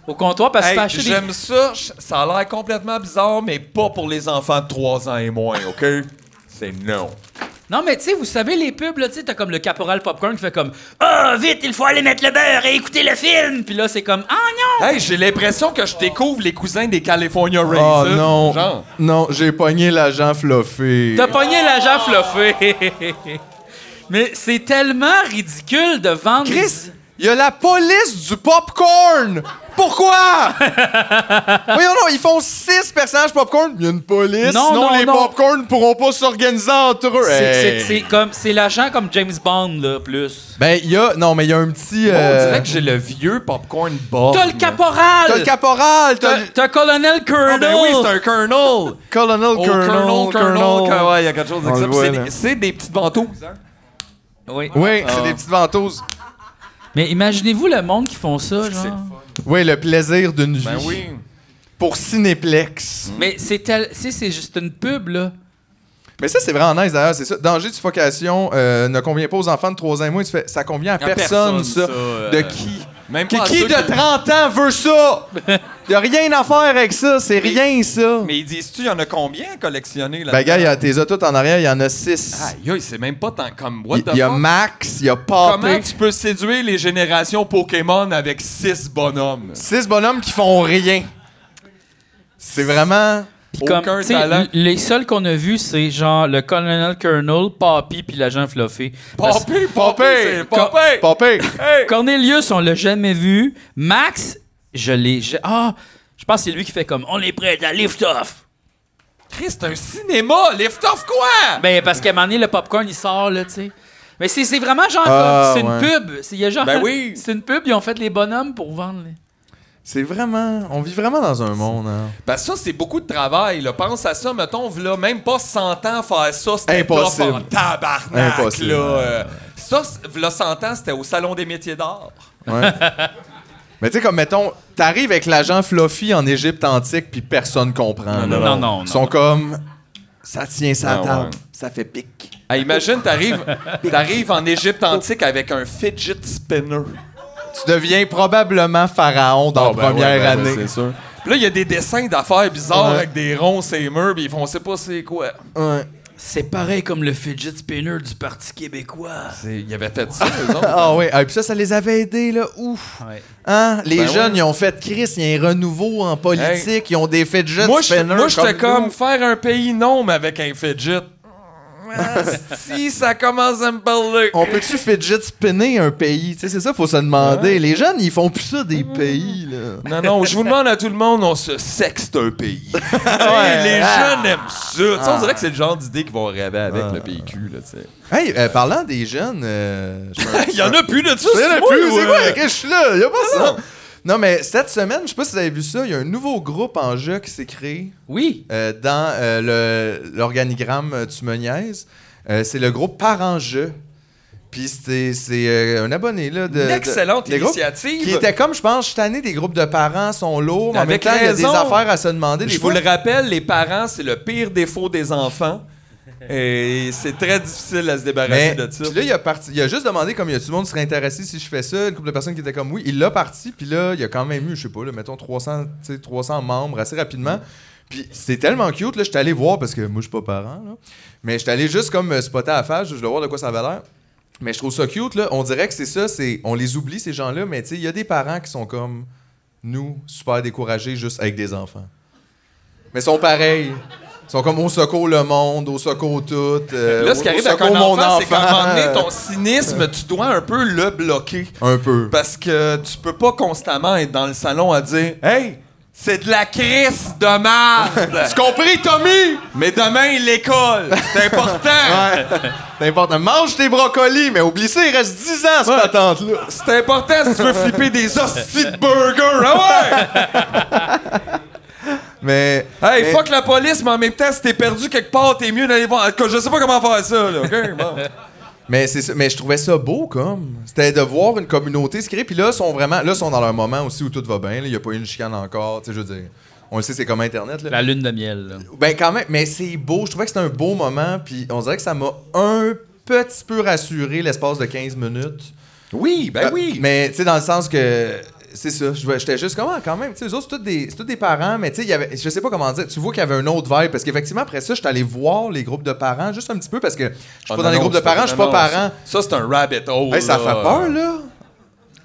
S1: au comptoir parce que
S2: Hey,
S1: tu peux acheter des...
S2: J'aime ça. ch- Ça a l'air complètement bizarre, mais pas pour les enfants de 3 ans et moins, OK? C'est non.
S1: Non mais tu sais, vous savez les pubs là, tu sais t'as comme le Caporal Popcorn qui fait comme, ah vite il faut aller mettre le beurre et écouter le film, puis là c'est comme, ah non,
S2: Hey, j'ai l'impression que je découvre les cousins des California
S3: Oh
S2: Raisins.
S3: non.
S2: Genre.
S3: Non, j'ai pogné l'agent fluffé.
S1: T'as pogné l'agent fluffé. *laughs* Mais c'est tellement ridicule de vendre.
S3: Chris, il y a la police du popcorn. Pourquoi? Voyons, non, ils font six personnages popcorn. Il y a une police.
S1: Non,
S3: sinon,
S1: non,
S3: les
S1: non.
S3: popcorn ne pourront pas s'organiser entre eux.
S1: C'est- C'est
S3: Hey.
S1: c'est comme c'est l'agent comme James Bond là plus.
S3: Ben, il y a. Non, mais il y a un petit.
S2: On
S3: euh,
S2: dirait que j'ai le vieux popcorn bar.
S1: T'as le caporal.
S3: T'as le caporal, t'as
S1: T'as
S3: le
S1: t'as colonel Colonel.
S2: Ah ben oui, c'est un colonel.
S3: colonel,
S2: Oh,
S3: colonel, colonel.
S2: que- Ouais, il y a quelque chose
S3: On le
S2: d'exceptionnel.
S3: voit,
S2: C'est
S3: là.
S2: des- C'est des petites ventouses, hein?
S1: Oui.
S3: Oui, c'est des petites ventouses.
S1: Mais imaginez-vous le monde qui font ça genre.
S3: Oui, le plaisir d'une vie.
S2: Ben oui.
S3: Pour Cinéplex.
S1: Mais c'est tel, si c'est juste une pub là.
S3: Mais ça, c'est vraiment nice d'ailleurs, c'est ça. Danger de suffocation euh, ne convient pas aux enfants de 3 ans et moins. Tu fais, ça convient à, personne, ça.
S2: euh,
S3: De qui?
S2: Même
S3: Qui,
S2: pas à
S3: qui
S2: ceux
S3: de 30 ans veut ça? Y'a rien à faire avec ça, c'est rien ça.
S2: Mais ils disent-tu, il y en a combien à collectionner là
S3: Ben, gars, y a tes autos en arrière, il y en a 6.
S2: Aïe, aïe, c'est même pas tant comme what
S3: Il
S2: the
S3: y, a
S2: fuck?
S3: Max, il y a
S2: Comment
S3: Poppy.
S2: tu peux séduire les générations Pokémon avec six bonhommes?
S3: 6 bonhommes qui font rien. C'est vraiment.
S1: Puis
S2: Aucun
S1: comme, tu sais,
S2: talent.
S1: l- les seuls qu'on a vus, c'est genre le colonel Colonel, Poppy puis l'agent Fluffy. Parce-
S2: Pompé,
S3: Ben, Pompé!
S2: Pompé, Pompé!
S3: Poppy!
S2: Hey!
S1: Cornelius, on l'a jamais vu. Max, je l'ai. je- Ah, je pense que c'est lui qui fait comme on est prêt à lift off.
S2: Chris, c'est un cinéma! Lift-off quoi?
S1: Ben, parce qu'à un moment donné, le popcorn, il sort, là, tu sais. Mais c'est c'est vraiment genre
S3: Ah,
S1: comme. C'est
S3: ouais.
S1: une pub. C'est il y a genre.
S2: Ben oui.
S1: *laughs* C'est une pub, ils ont fait les bonhommes pour vendre. les-
S3: C'est vraiment. On vit vraiment dans un monde, hein.
S2: Ben ça, c'est beaucoup de travail. Là. Pense à ça, mettons, v'là même pas 100 ans faire ça, c'était
S3: Impossible.
S2: tough en tabarnak.
S3: Impossible.
S2: Là. Euh, Ça, c'est- v'là 100 ans, c'était au Salon des métiers d'art.
S3: Ouais. Mais tu sais, comme mettons, t'arrives avec l'agent Fluffy en Égypte antique, puis personne comprend. là.
S1: non, non,
S3: Ils
S1: non.
S3: sont comme. Ça tient sa
S2: Ah,
S3: table.
S2: ouais.
S3: Ça fait pic.
S2: Hey, imagine,
S3: *laughs*
S2: t'arrives t'arrives en Égypte antique avec un fidget spinner.
S3: Tu deviens probablement pharaon
S2: Ah,
S3: dans
S2: ben
S3: la première année.
S2: sûr. Puis là, il y a des dessins d'affaires bizarres
S3: Ouais.
S2: avec des ronds, ces murs, pis ils font, on sait pas c'est quoi.
S3: Ouais.
S1: C'est pareil comme le fidget spinner du Parti québécois.
S2: C'est- Ils avaient fait ça, eux autres.
S3: *laughs* Ah oui, ah, puis ça, ça les avait aidés, là. Ouf!
S1: Ouais.
S3: Hein? Les
S2: Ben
S3: jeunes,
S2: ouais.
S3: ils ont fait Chris, il y a un renouveau en politique, ils ont des faits de jeunes.
S2: Moi, je- moi, j'étais comme faire un pays non, mais avec un fidget. si ça commence à me parler.
S3: Ah, On peut-tu fidget spinner un pays? Tu sais, c'est ça, faut se demander. Les jeunes, ils font plus ça des pays, là.
S2: Non, non, je vous demande à tout le monde, on se sexte
S3: *laughs*
S2: un pays. Tu sais, les jeunes aiment ça. Tu sais, on dirait que c'est le genre d'idée qu'ils vont rêver avec le PQ, là, tu sais.
S3: Hey, euh, parlant des jeunes, euh, je me-
S2: *laughs* Il y en a plus de ça,
S3: Il y en a
S2: c'est
S3: plus,
S2: moi,
S3: c'est quoi?
S2: ouais.
S3: Que je suis là, il y a pas ça. Non, mais cette semaine, je sais pas si vous avez vu ça, il y a un nouveau groupe en jeu qui s'est créé
S1: Oui.
S3: euh, dans euh, le- l'organigramme euh, Tu me niaises. Euh, c'est le groupe Parents Jeux. Puis c'est c'est, euh, un abonné là, de.
S2: Une
S3: de-
S2: excellente
S3: des groupes
S2: initiative.
S3: Qui était comme, je pense, cette année, des groupes de parents sont lourds, mais en même
S2: Avec
S3: temps, il y a des
S2: raison.
S3: affaires à se demander. des
S2: Je vous
S3: fois.
S2: le rappelle, les parents, c'est le pire défaut des enfants. Et c'est très difficile à se débarrasser
S3: Mais
S2: de ça.
S3: puis là, il a, parti, il a juste demandé comme il y a tout le monde qui serait intéressé si je fais ça. Une couple de personnes qui étaient comme oui. Il l'a parti, puis là, il y a quand même eu, je sais pas, là, mettons 300, tu sais, 300 membres assez rapidement. Puis c'est tellement cute, là, j'étais allé voir parce que moi, je suis pas parent, là. Mais j'étais allé juste comme euh, spotter à la face, je voulais voir de quoi ça avait l'air. Mais je trouve ça cute, là. On dirait que c'est ça, c'est on les oublie, ces gens-là, mais tu sais, il y a des parents qui sont comme nous, super découragés, juste avec des enfants. Mais ils sont pareils. Ils sont comme au secours le monde, au secours tout. euh,
S2: Là, ce qui
S3: au
S2: arrive avec un
S3: secours mon
S2: enfant, c'est qu'à un moment donné,
S3: euh,
S2: ton cynisme, tu dois un peu le bloquer.
S3: Un peu.
S2: Parce que tu peux pas constamment être dans le salon à dire Hey, c'est de la crise
S3: *laughs*
S2: de merde! tu compris, Tommy? Mais demain, l'école, c'est important!
S3: Ouais. C'est important. Mange tes brocolis, mais oublie ça, il reste 10 ans, cette
S2: Ouais.
S3: patente-là.
S2: C'est important si tu veux flipper des hosties de burgers! Ah
S3: Mais.
S2: ouais! Hey,
S3: mais-
S2: fuck la police, mais en même temps, si t'es perdu quelque part, t'es mieux d'aller voir. En tout cas, je sais pas comment faire ça, là, ok?
S3: *laughs*
S2: Bon.
S3: Mais, c'est ça- mais je trouvais ça beau, comme. C'était de voir une communauté se créer. Puis là, sont vraiment. Là, sont dans leur moment aussi où tout va bien. là. Il n'y a pas eu une chicane encore. Tu sais, je veux dire. On le sait, c'est comme Internet. Là.
S1: La lune de miel. là.
S3: Ben, quand même. Mais c'est beau. Je trouvais que c'était un beau moment. Puis on dirait que ça m'a un petit peu rassuré l'espace de 15 minutes.
S2: Oui, ben
S3: Euh, Mais tu sais, dans le sens que. C'est ça, je vois- j'étais juste comment quand même. Tu sais, eux autres, c'est tous des, c'est tous des parents, mais tu sais, il y avait- je sais pas comment dire. Tu vois qu'il y avait un autre vibe parce qu'effectivement, après ça, j'étais allé voir les groupes de parents juste un petit peu parce que je suis
S2: Ah,
S3: pas
S2: non,
S3: dans les
S2: non,
S3: groupes de
S2: c'est pas-
S3: parents, je suis
S2: non,
S3: pas
S2: non,
S3: parent.
S2: Ça, ça, c'est un rabbit hole.
S3: Hey, ça
S2: là.
S3: fait peur, là.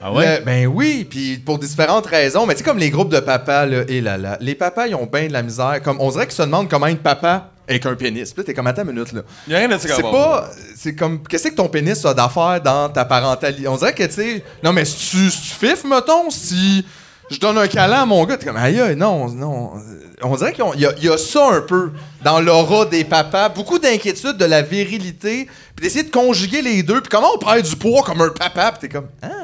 S1: Ah
S3: Le- ben oui, puis pour différentes raisons. Mais tu sais, comme les groupes de papas, là, et là là, les papas, ils ont bien de la misère. Comme, on dirait qu'ils se demandent comment être papa avec un pénis. Puis là, t'es comme, attends une minute, là.
S2: Y a rien de ça
S3: C'est
S2: comme-
S3: pas. C'est comme. Qu'est-ce que ton pénis a d'affaire dans ta parentalité? On dirait que, tu sais. Non, mais si tu, si tu fifes, mettons, si je donne un câlin à mon gars, t'es comme, aïe, aïe, non, non. On dirait qu'il y, a- il y a ça un peu dans l'aura des papas. Beaucoup d'inquiétude de la virilité, puis d'essayer de conjuguer les deux. Puis comment on perd du poids comme un papa? Puis t'es comme,
S2: *laughs*
S3: hein?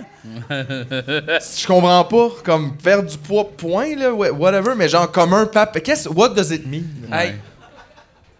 S3: je comprends pas. Comme perdre du poids, point, là, ouais, whatever, mais genre comme un papa. Qu'est-ce. What does it mean?
S2: Hey,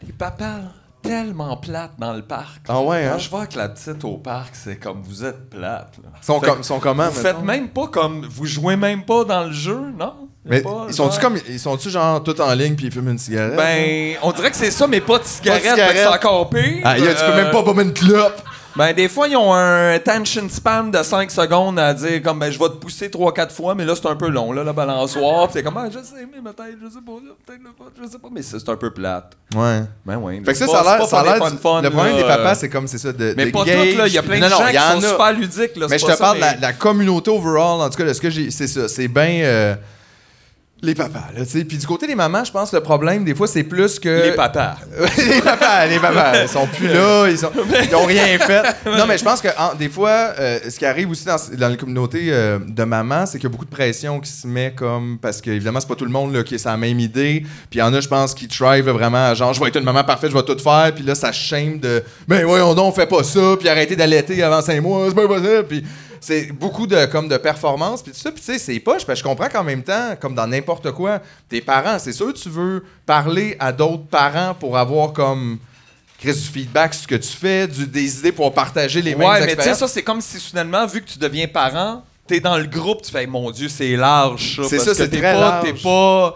S2: les papas, là, tellement plates dans le parc.
S3: Ah ouais, hein?
S2: Quand je vois que la petite au parc, c'est comme vous êtes plates. là.
S3: Ils sont,
S2: Fait
S3: comme,
S2: que
S3: ils sont comment,
S2: Vous
S3: mettons?
S2: faites même pas comme. Vous jouez même pas dans le jeu, non? Y a
S3: Mais
S2: pas,
S3: ils sont-tu
S2: genre-
S3: comme. Ils sont-tu genre tout en ligne puis ils fument une cigarette?
S2: Ben, on dirait que c'est ça, mais pas de cigarette, fait que
S3: cigarette.
S2: c'est encore pire.
S3: Ah, y a- tu peux
S2: Euh,
S3: même pas bomber une clope!
S2: Ben, des fois, ils ont un attention span de 5 secondes à dire, comme, ben, je vais te pousser 3-4 fois, mais là, c'est un peu long, là, la balançoire. Pis t'es comme, ah, je sais, mais peut-être, je sais pas, là, peut-être, le fun, je sais pas, mais c'est c'est un peu plate.
S3: Ouais.
S2: Ben, ouais.
S3: Fait que ça,
S2: C'est
S3: ça
S2: pas-
S3: a l'air.
S2: c'est
S3: ça a
S2: pas pour les
S3: l'air du-
S2: fun-fun,
S3: le problème
S2: là,
S3: des papas,
S2: euh,
S3: c'est comme c'est ça. De,
S2: Mais
S3: de
S2: pas
S3: gauge,
S2: toutes, là. Il y a
S3: puis-
S2: plein
S3: non,
S2: de
S3: non,
S2: gens
S3: y en
S2: qui sont
S3: a.
S2: super ludiques, là.
S3: Mais je
S2: c'est
S3: te
S2: pas ça,
S3: parle de la,
S2: mais-
S3: la communauté overall, en tout cas, de ce que j'ai. C'est ça. C'est bien. euh, les papas, là, tu sais. Puis du côté des mamans, je pense que le problème, des fois, c'est plus que.
S2: Les papas.
S3: *laughs* les papas, les papas, ils sont plus là, ils, sont, ils ont rien fait. Non, mais je pense que en- des fois, euh, ce qui arrive aussi dans, dans les communautés euh, de maman, c'est qu'il y a beaucoup de pression qui se met comme. Parce que, évidemment, c'est pas tout le monde là, qui a la même idée. Puis il y en a, je pense, qui thrive vraiment à genre, je vais être une maman parfaite, je vais tout faire. Puis là, ça shame de, ben voyons donc, on fait pas ça. Puis arrêter d'allaiter avant 5 mois, c'est pas possible. Puis c'est beaucoup de comme de performance puis tout ça puis tu sais c'est poche parce que je comprends qu'en même temps comme dans n'importe quoi tes parents c'est sûr tu veux parler à d'autres parents pour avoir comme Chris, du feedback sur ce que tu fais du des idées pour partager les mêmes
S2: Ouais, mais tu sais,
S3: expériences
S2: ça, c'est comme si soudainement, vu que tu deviens parent, t'es dans le groupe, tu fais, mon Dieu, c'est large, ça.
S3: C'est
S2: parce
S3: ça,
S2: que
S3: c'est
S2: t'es
S3: très
S2: pas,
S3: large.
S2: T'es pas.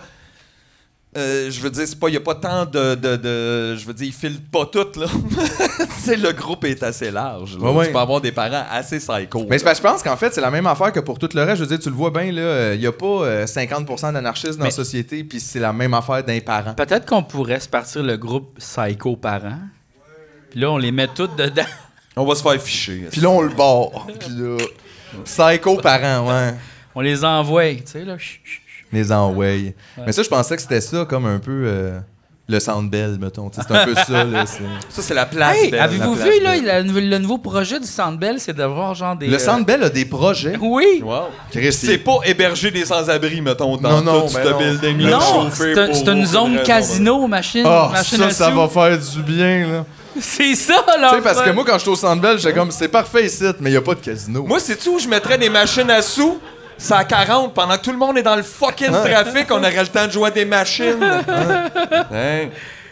S2: euh, je veux dire, c'est pas, y a pas tant de, de, de- je veux dire, ils filent pas toutes là. *laughs* Tu sais, le groupe est assez large. là.
S3: Ouais, ouais.
S2: Tu peux avoir des parents assez psycho.
S3: mais c'est parce que je pense qu'en fait, c'est la même affaire que pour tout le reste. Je veux dire, tu le vois bien, là, il n'y a pas euh, 50% d'anarchistes dans
S1: Mais-
S3: la société, puis c'est la même affaire d'un parent.
S1: Peut-être qu'on pourrait se partir le groupe Psycho Parents. Puis là, on les met toutes dedans. *laughs*
S2: On va se faire ficher.
S3: Puis là, on le barre. Puis là, psycho parent, ouais.
S1: On les envoie, tu sais, là. Chut, chut, chut.
S3: Les envoyer. Mais ça, je pensais que c'était ça, comme un peu euh, le Soundbell, mettons. C'est un peu
S1: *laughs*
S3: ça, là. c'est-
S2: Ça, c'est la place.
S1: Hey,
S2: belle,
S1: avez-vous
S2: la
S1: vu,
S2: place
S1: là,
S2: belle.
S1: le, le nouveau projet du Sandbell, c'est d'avoir genre des...
S3: Le
S1: euh,
S3: Soundbell a des projets.
S1: Oui!
S2: Wow.
S3: Chris,
S2: C'est
S3: il-
S2: pas héberger des sans-abri, mettons, dans
S3: Non, non,
S2: tout
S3: mais
S2: ce
S3: non.
S2: building-là.
S1: Non,
S2: chauffé
S1: c'est un-
S2: pour
S1: c'est une
S2: aucune
S1: zone
S2: raison.
S1: casino, machine,
S3: Ah,
S1: machine
S3: ça,
S1: à
S3: ça
S1: sous. *laughs* Ah,
S3: va faire du bien, là.
S1: C'est ça, là!
S3: Tu sais, parce que moi, quand j'étais au Soundbell, j'étais comme, c'est parfait ici, mais il a pas de casino.
S2: Moi, c'est tout où je mettrais des machines à sous? C'est à 40. Pendant que tout le monde est dans le fucking
S3: Ah.
S2: trafic, on aurait le temps de jouer à des machines. Hein?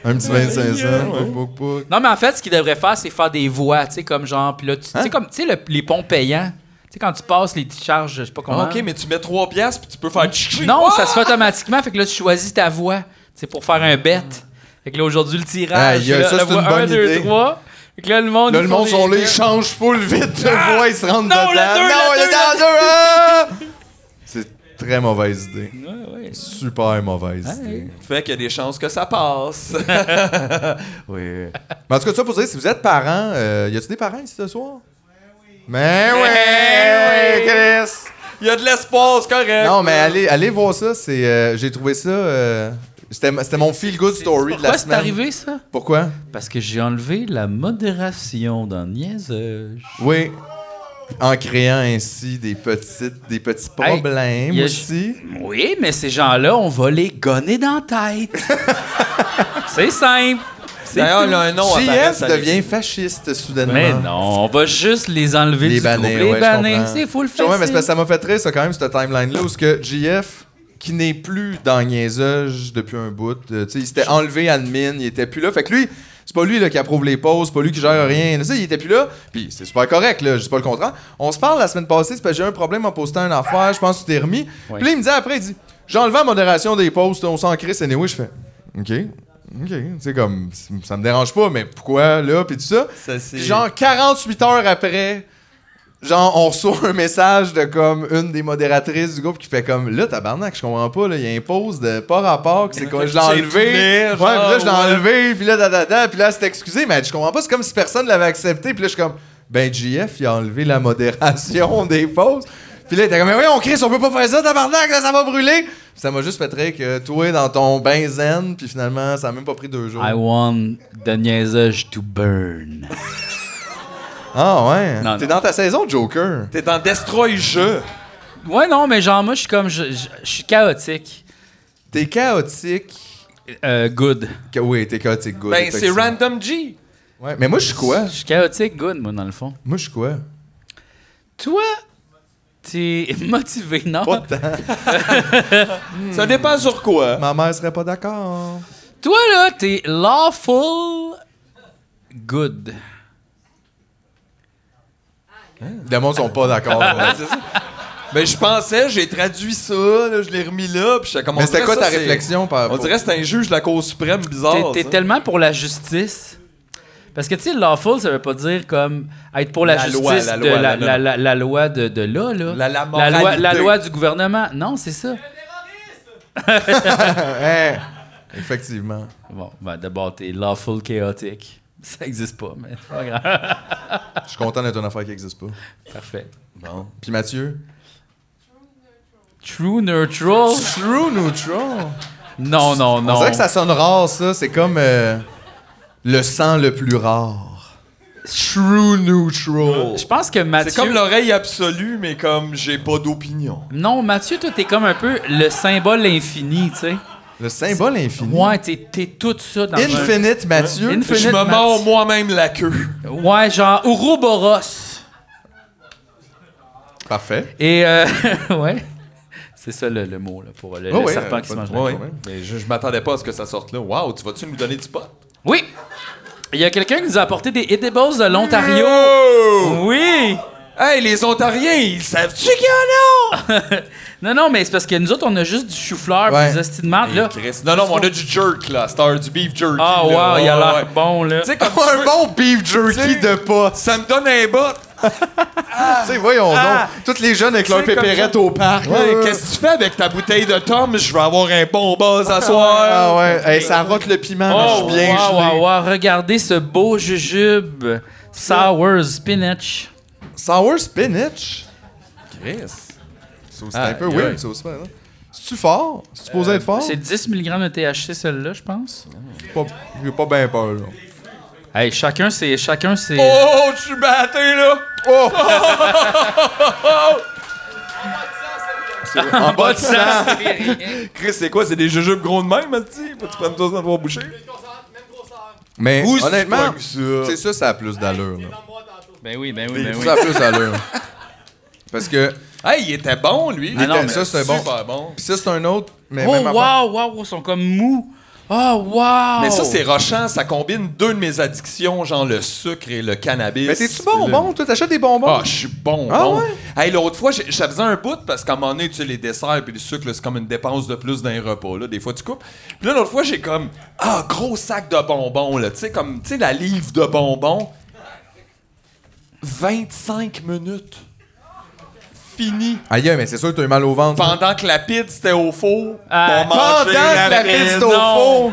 S3: Un petit 25 cents, pouc, pouc, pouc.
S1: Non, mais en fait, ce qu'ils devraient faire, c'est faire des voix, tu sais, comme genre, puis là, tu tu sais,
S3: Hein?
S1: comme, tu sais, le- les ponts payants, tu sais, quand tu passes les petites charges, je sais pas
S3: Hein? Ah,
S1: comment.
S2: Ah, OK, mais tu mets 3 piastres puis tu peux faire tchou-tchou.
S1: Non, ça se fait automatiquement, fait que là, tu choisis ta voix, tu sais, pour faire un bet. Fait que là, aujourd'hui, le tirage,
S3: Ah. Aïe, aïe,
S1: là,
S3: ça,
S1: la
S3: c'est une
S1: voix 1,
S3: bonne
S1: 2,
S3: idée.
S1: 3. Fait que là, le monde.
S3: Là,
S1: ils
S3: le
S1: font
S3: monde,
S1: des
S3: on les
S1: bets.
S3: change full vite de voix, ils se rentrent
S1: Ah! Non,
S3: dedans.
S1: le deux, le
S3: non, il
S1: deux,
S3: est
S1: le
S3: dangereux! ah! C'est très mauvaise idée.
S1: Ouais, ouais.
S3: Super mauvaise idée.
S2: Fait qu'il y a des chances que ça passe. *laughs* oui.
S3: Mais en tout cas, ça pour dire, si vous êtes parents, euh, y a-tu des parents ici ce soir? Mais oui! Mais oui, Chris!
S2: Il y a de l'espace, correct.
S3: Euh, Non, mais allez, allez voir ça, c'est, euh, j'ai trouvé ça. euh, c'était, c'était mon feel good story de la
S1: Pourquoi c'est
S3: semaine.
S1: arrivé, ça?
S3: Pourquoi?
S1: Parce que j'ai enlevé la modération dans Niaiseuge.
S3: Oui. En créant ainsi des petites, des petits
S1: Hey,
S3: problèmes
S1: y a-
S3: aussi.
S1: Oui, mais ces gens-là, on va les gonner dans la tête. *laughs* c'est simple. C'est
S2: D'ailleurs,
S1: tout.
S2: il a un nom à
S3: JF
S2: Paris,
S3: devient fasciste soudainement.
S1: Mais non, on va juste les enlever
S3: Les
S1: du trouble.
S3: bannés,
S1: Les
S3: ouais,
S1: bannés,
S3: je comprends.
S1: c'est full
S3: Je sais, ouais, mais c'est parce que
S1: facile.
S3: ça m'a fait rire, ça, quand même, cette timeline-là, où ce que JF, qui n'est plus dans Niaiseuge depuis un bout, euh, tu sais, il s'était enlevé admin, il était plus là. Fait que lui, c'est pas lui là, qui approuve les pauses, c'est pas lui qui gère rien. Tu sais, il était plus là, puis c'est super correct, là, je dis pas le contraire. On se parle la semaine passée, c'est parce que j'ai eu un problème en postant une affaire, je pense que tu t'es remis. Puis là, il me dit après, il dit, j'ai enlevé la modération des posts, on s'en crisse, anyway, je fais, OK. OK, tu sais, comme, ça me dérange pas, mais pourquoi, là, puis tout ça.
S2: Ça, c'est-
S3: Puis genre 48 heures après, genre on reçoit un message de comme une des modératrices du groupe qui fait comme là tabarnak, je comprends pas là, il y a un pause de pas rapport que c'est quoi je l'ai
S2: C'est
S3: enlevé.
S2: filé,
S3: Ouais,
S2: genre,
S3: puis là je l'ai
S2: ouais.
S3: enlevé, puis là da, da, da, puis là c'est excusé, mais elle dit, je comprends pas, c'est comme si personne l'avait accepté, puis là je suis comme ben JF il a enlevé la modération *laughs* des pauses. Puis là, il était comme, mais voyons, Chris, on peut pas faire ça, tabarnak, là, ça va brûler. Puis ça m'a juste fait rire que toi, dans ton bain zen, puis finalement, ça a même pas pris deux jours.
S1: I want the niaiseuge to burn.
S3: Ah ouais?
S1: Non,
S3: T'es
S1: non.
S3: dans ta saison de Joker.
S2: T'es dans Destroy Jeu.
S1: Ouais, non, mais genre, moi, je suis comme. Je, je- je suis chaotique.
S3: T'es chaotique.
S1: Euh, good.
S3: Ca- Oui, t'es chaotique, good.
S2: Ben, c'est
S3: effectivement.
S2: Random G.
S3: Ouais, mais moi, je suis quoi?
S1: Je suis chaotique, good, moi, dans le fond.
S3: Moi, je suis quoi?
S1: Toi, t'es *laughs* motivé, non?
S3: Pas de temps.
S2: Ça dépend sur quoi.
S3: Ma mère serait pas d'accord.
S1: Toi, là, t'es lawful good.
S3: Les monde sont pas d'accord. *laughs* ouais.
S2: C'est ça. Ben, je pensais, j'ai traduit ça, là, je l'ai remis là, puis j'étais comme, on
S3: mais c'était
S2: dirait
S3: quoi
S2: ça,
S3: ta
S2: c'est-
S3: réflexion? Par,
S2: On dirait que c'est un juge de la Cour suprême
S1: T'es-
S2: bizarre.
S1: T'es
S2: Oh, ça.
S1: tellement pour la justice. Parce que, tu sais, lawful, ça veut pas dire comme être pour la,
S2: La
S1: justice
S2: loi, la
S1: de
S2: loi,
S1: la,
S2: la
S1: la- la- la loi de, de là, là.
S2: La- la
S1: loi,
S2: moralité.
S1: la loi du gouvernement. Non, c'est ça.
S3: Hein, Effectivement.
S1: Bon, ben, d'abord, t'es lawful chaotique. *laughs* Ça existe pas, mais c'est pas
S2: *laughs*
S1: grave.
S3: Je suis content d'être une affaire qui n'existe pas.
S1: Parfait.
S3: Puis Mathieu?
S1: True neutral.
S3: True neutral?
S1: Non, non,
S3: On
S1: non.
S3: dirait que ça sonne rare, ça. C'est comme euh, le sang le plus rare. True neutral.
S1: Je pense que Mathieu.
S2: C'est comme l'oreille absolue, mais comme j'ai pas d'opinion.
S1: Non, Mathieu, toi, t'es comme un peu le symbole infini, tu sais.
S3: Le symbole infini.
S1: Ouais, t'es t'es tout ça dans un-
S3: Infinite, Mathieu.
S1: Infinite.
S2: Je me
S1: Mathis.
S2: mords moi-même la queue.
S1: Ouais, genre Ouroboros.
S3: Parfait.
S1: Et euh, *laughs* ouais. C'est ça le, le mot là, pour le, le
S3: Ouais, ouais,
S1: serpent
S3: euh,
S1: qui
S3: pas
S1: se mange.
S3: de
S1: la
S2: Ouais,
S1: queue.
S2: ouais. Mais je, je m'attendais pas à ce que ça sorte là. Waouh, tu vas-tu nous donner du pot?
S1: Oui. Il y a quelqu'un qui nous a apporté des edibles de l'Ontario.
S2: Mmh.
S1: Oui.
S2: Oh!
S1: *laughs*
S2: Hey, les Ontariens, ils savent-tu qu'il y en a?
S1: non, non, mais c'est parce que nous autres, on a juste du chou-fleur
S3: Ouais.
S1: pis des hosties de marde, là.
S2: Chris. Non, non, mais on a du jerk là, Star, du beef jerky.
S1: Ah,
S2: là.
S1: wow, il a
S2: Ouais,
S1: l'air
S2: ouais. Ah,
S1: bon, là.
S2: Tu sais, comme tu
S3: un
S2: veux-
S3: bon beef jerky
S2: T'sais-
S3: de pas.
S2: Ça me donne un bot.
S3: Tu sais, voyons
S2: Ah!
S3: donc. Toutes les jeunes avec
S2: Tu
S3: leur
S2: sais, comme
S3: pépérette
S2: ça.
S3: au parc.
S2: Ouais,
S3: là.
S2: Qu'est-ce que tu fais avec ta bouteille de Tom? Je vais avoir un bon buzz à soir.
S3: Ah ouais, Hey, ça rote le piment, mais
S1: Oh,
S3: je suis bien
S1: wow,
S3: gelé.
S1: wow, wow. Regardez ce beau jujube. Sour spinach.
S3: Sour spinach?
S2: Chris.
S3: Ça aussi, C'est
S1: Ah,
S3: un peu
S1: oui.
S3: weird, ça aussi. hein. C'est-tu fort? C'est supposé être fort?
S1: C'est 10 mg de THC, celle-là, je pense.
S3: Pas- J'ai pas bien peur, là.
S1: Hey, chacun, c'est. Chacun, c'est.
S2: Oh, je suis batté, là!
S3: Oh!
S2: En bas de
S1: Ça,
S2: sang! Chris, c'est quoi? C'est des jujubes gros de même, Mati? Faut que tu prennes tous dans trois bouchées?
S3: Mais
S2: Où est-ce que tu
S3: honnêtement,
S2: pognes ça?
S3: c'est ça, ça a plus d'allure. là.
S1: ben oui, ben oui, ben oui.
S3: Ça a plus d'allure. Parce que,
S2: Hey, il était bon, lui!
S1: Ah non,
S2: était-
S1: mais
S3: ça, c'est bon.
S2: super bon.
S3: pis ça, c'est un autre, mais
S1: Oh,
S3: même à part.
S1: wow, wow, wow, ils sont comme mous. Oh, wow.
S2: Mais ça, c'est rochant. Ça combine deux de mes addictions, genre le sucre et le cannabis.
S3: Mais t'es-tu bonbon? Toi, t'achètes des bonbons?
S2: Ah, je suis bon,
S3: Ah
S2: bon.
S3: ouais?
S2: Hey, l'autre fois, j'ai- ça faisait un bout parce qu'à un moment donné, tu sais, les desserts puis le sucre, là, c'est comme une dépense de plus d'un repas, là. Des fois, tu coupes. Puis là, l'autre fois, j'ai comme, ah, gros sac de bonbons, là. Tu sais, comme, tu sais, la livre de bonbons. 25 minutes. Fini.
S3: Aïe, mais c'est sûr que t'as eu mal au ventre.
S2: Pendant que la pide, c'était au four.
S1: Ah,
S2: on mangeait
S3: que la
S2: après.
S3: pide, c'était au
S1: non.
S3: four.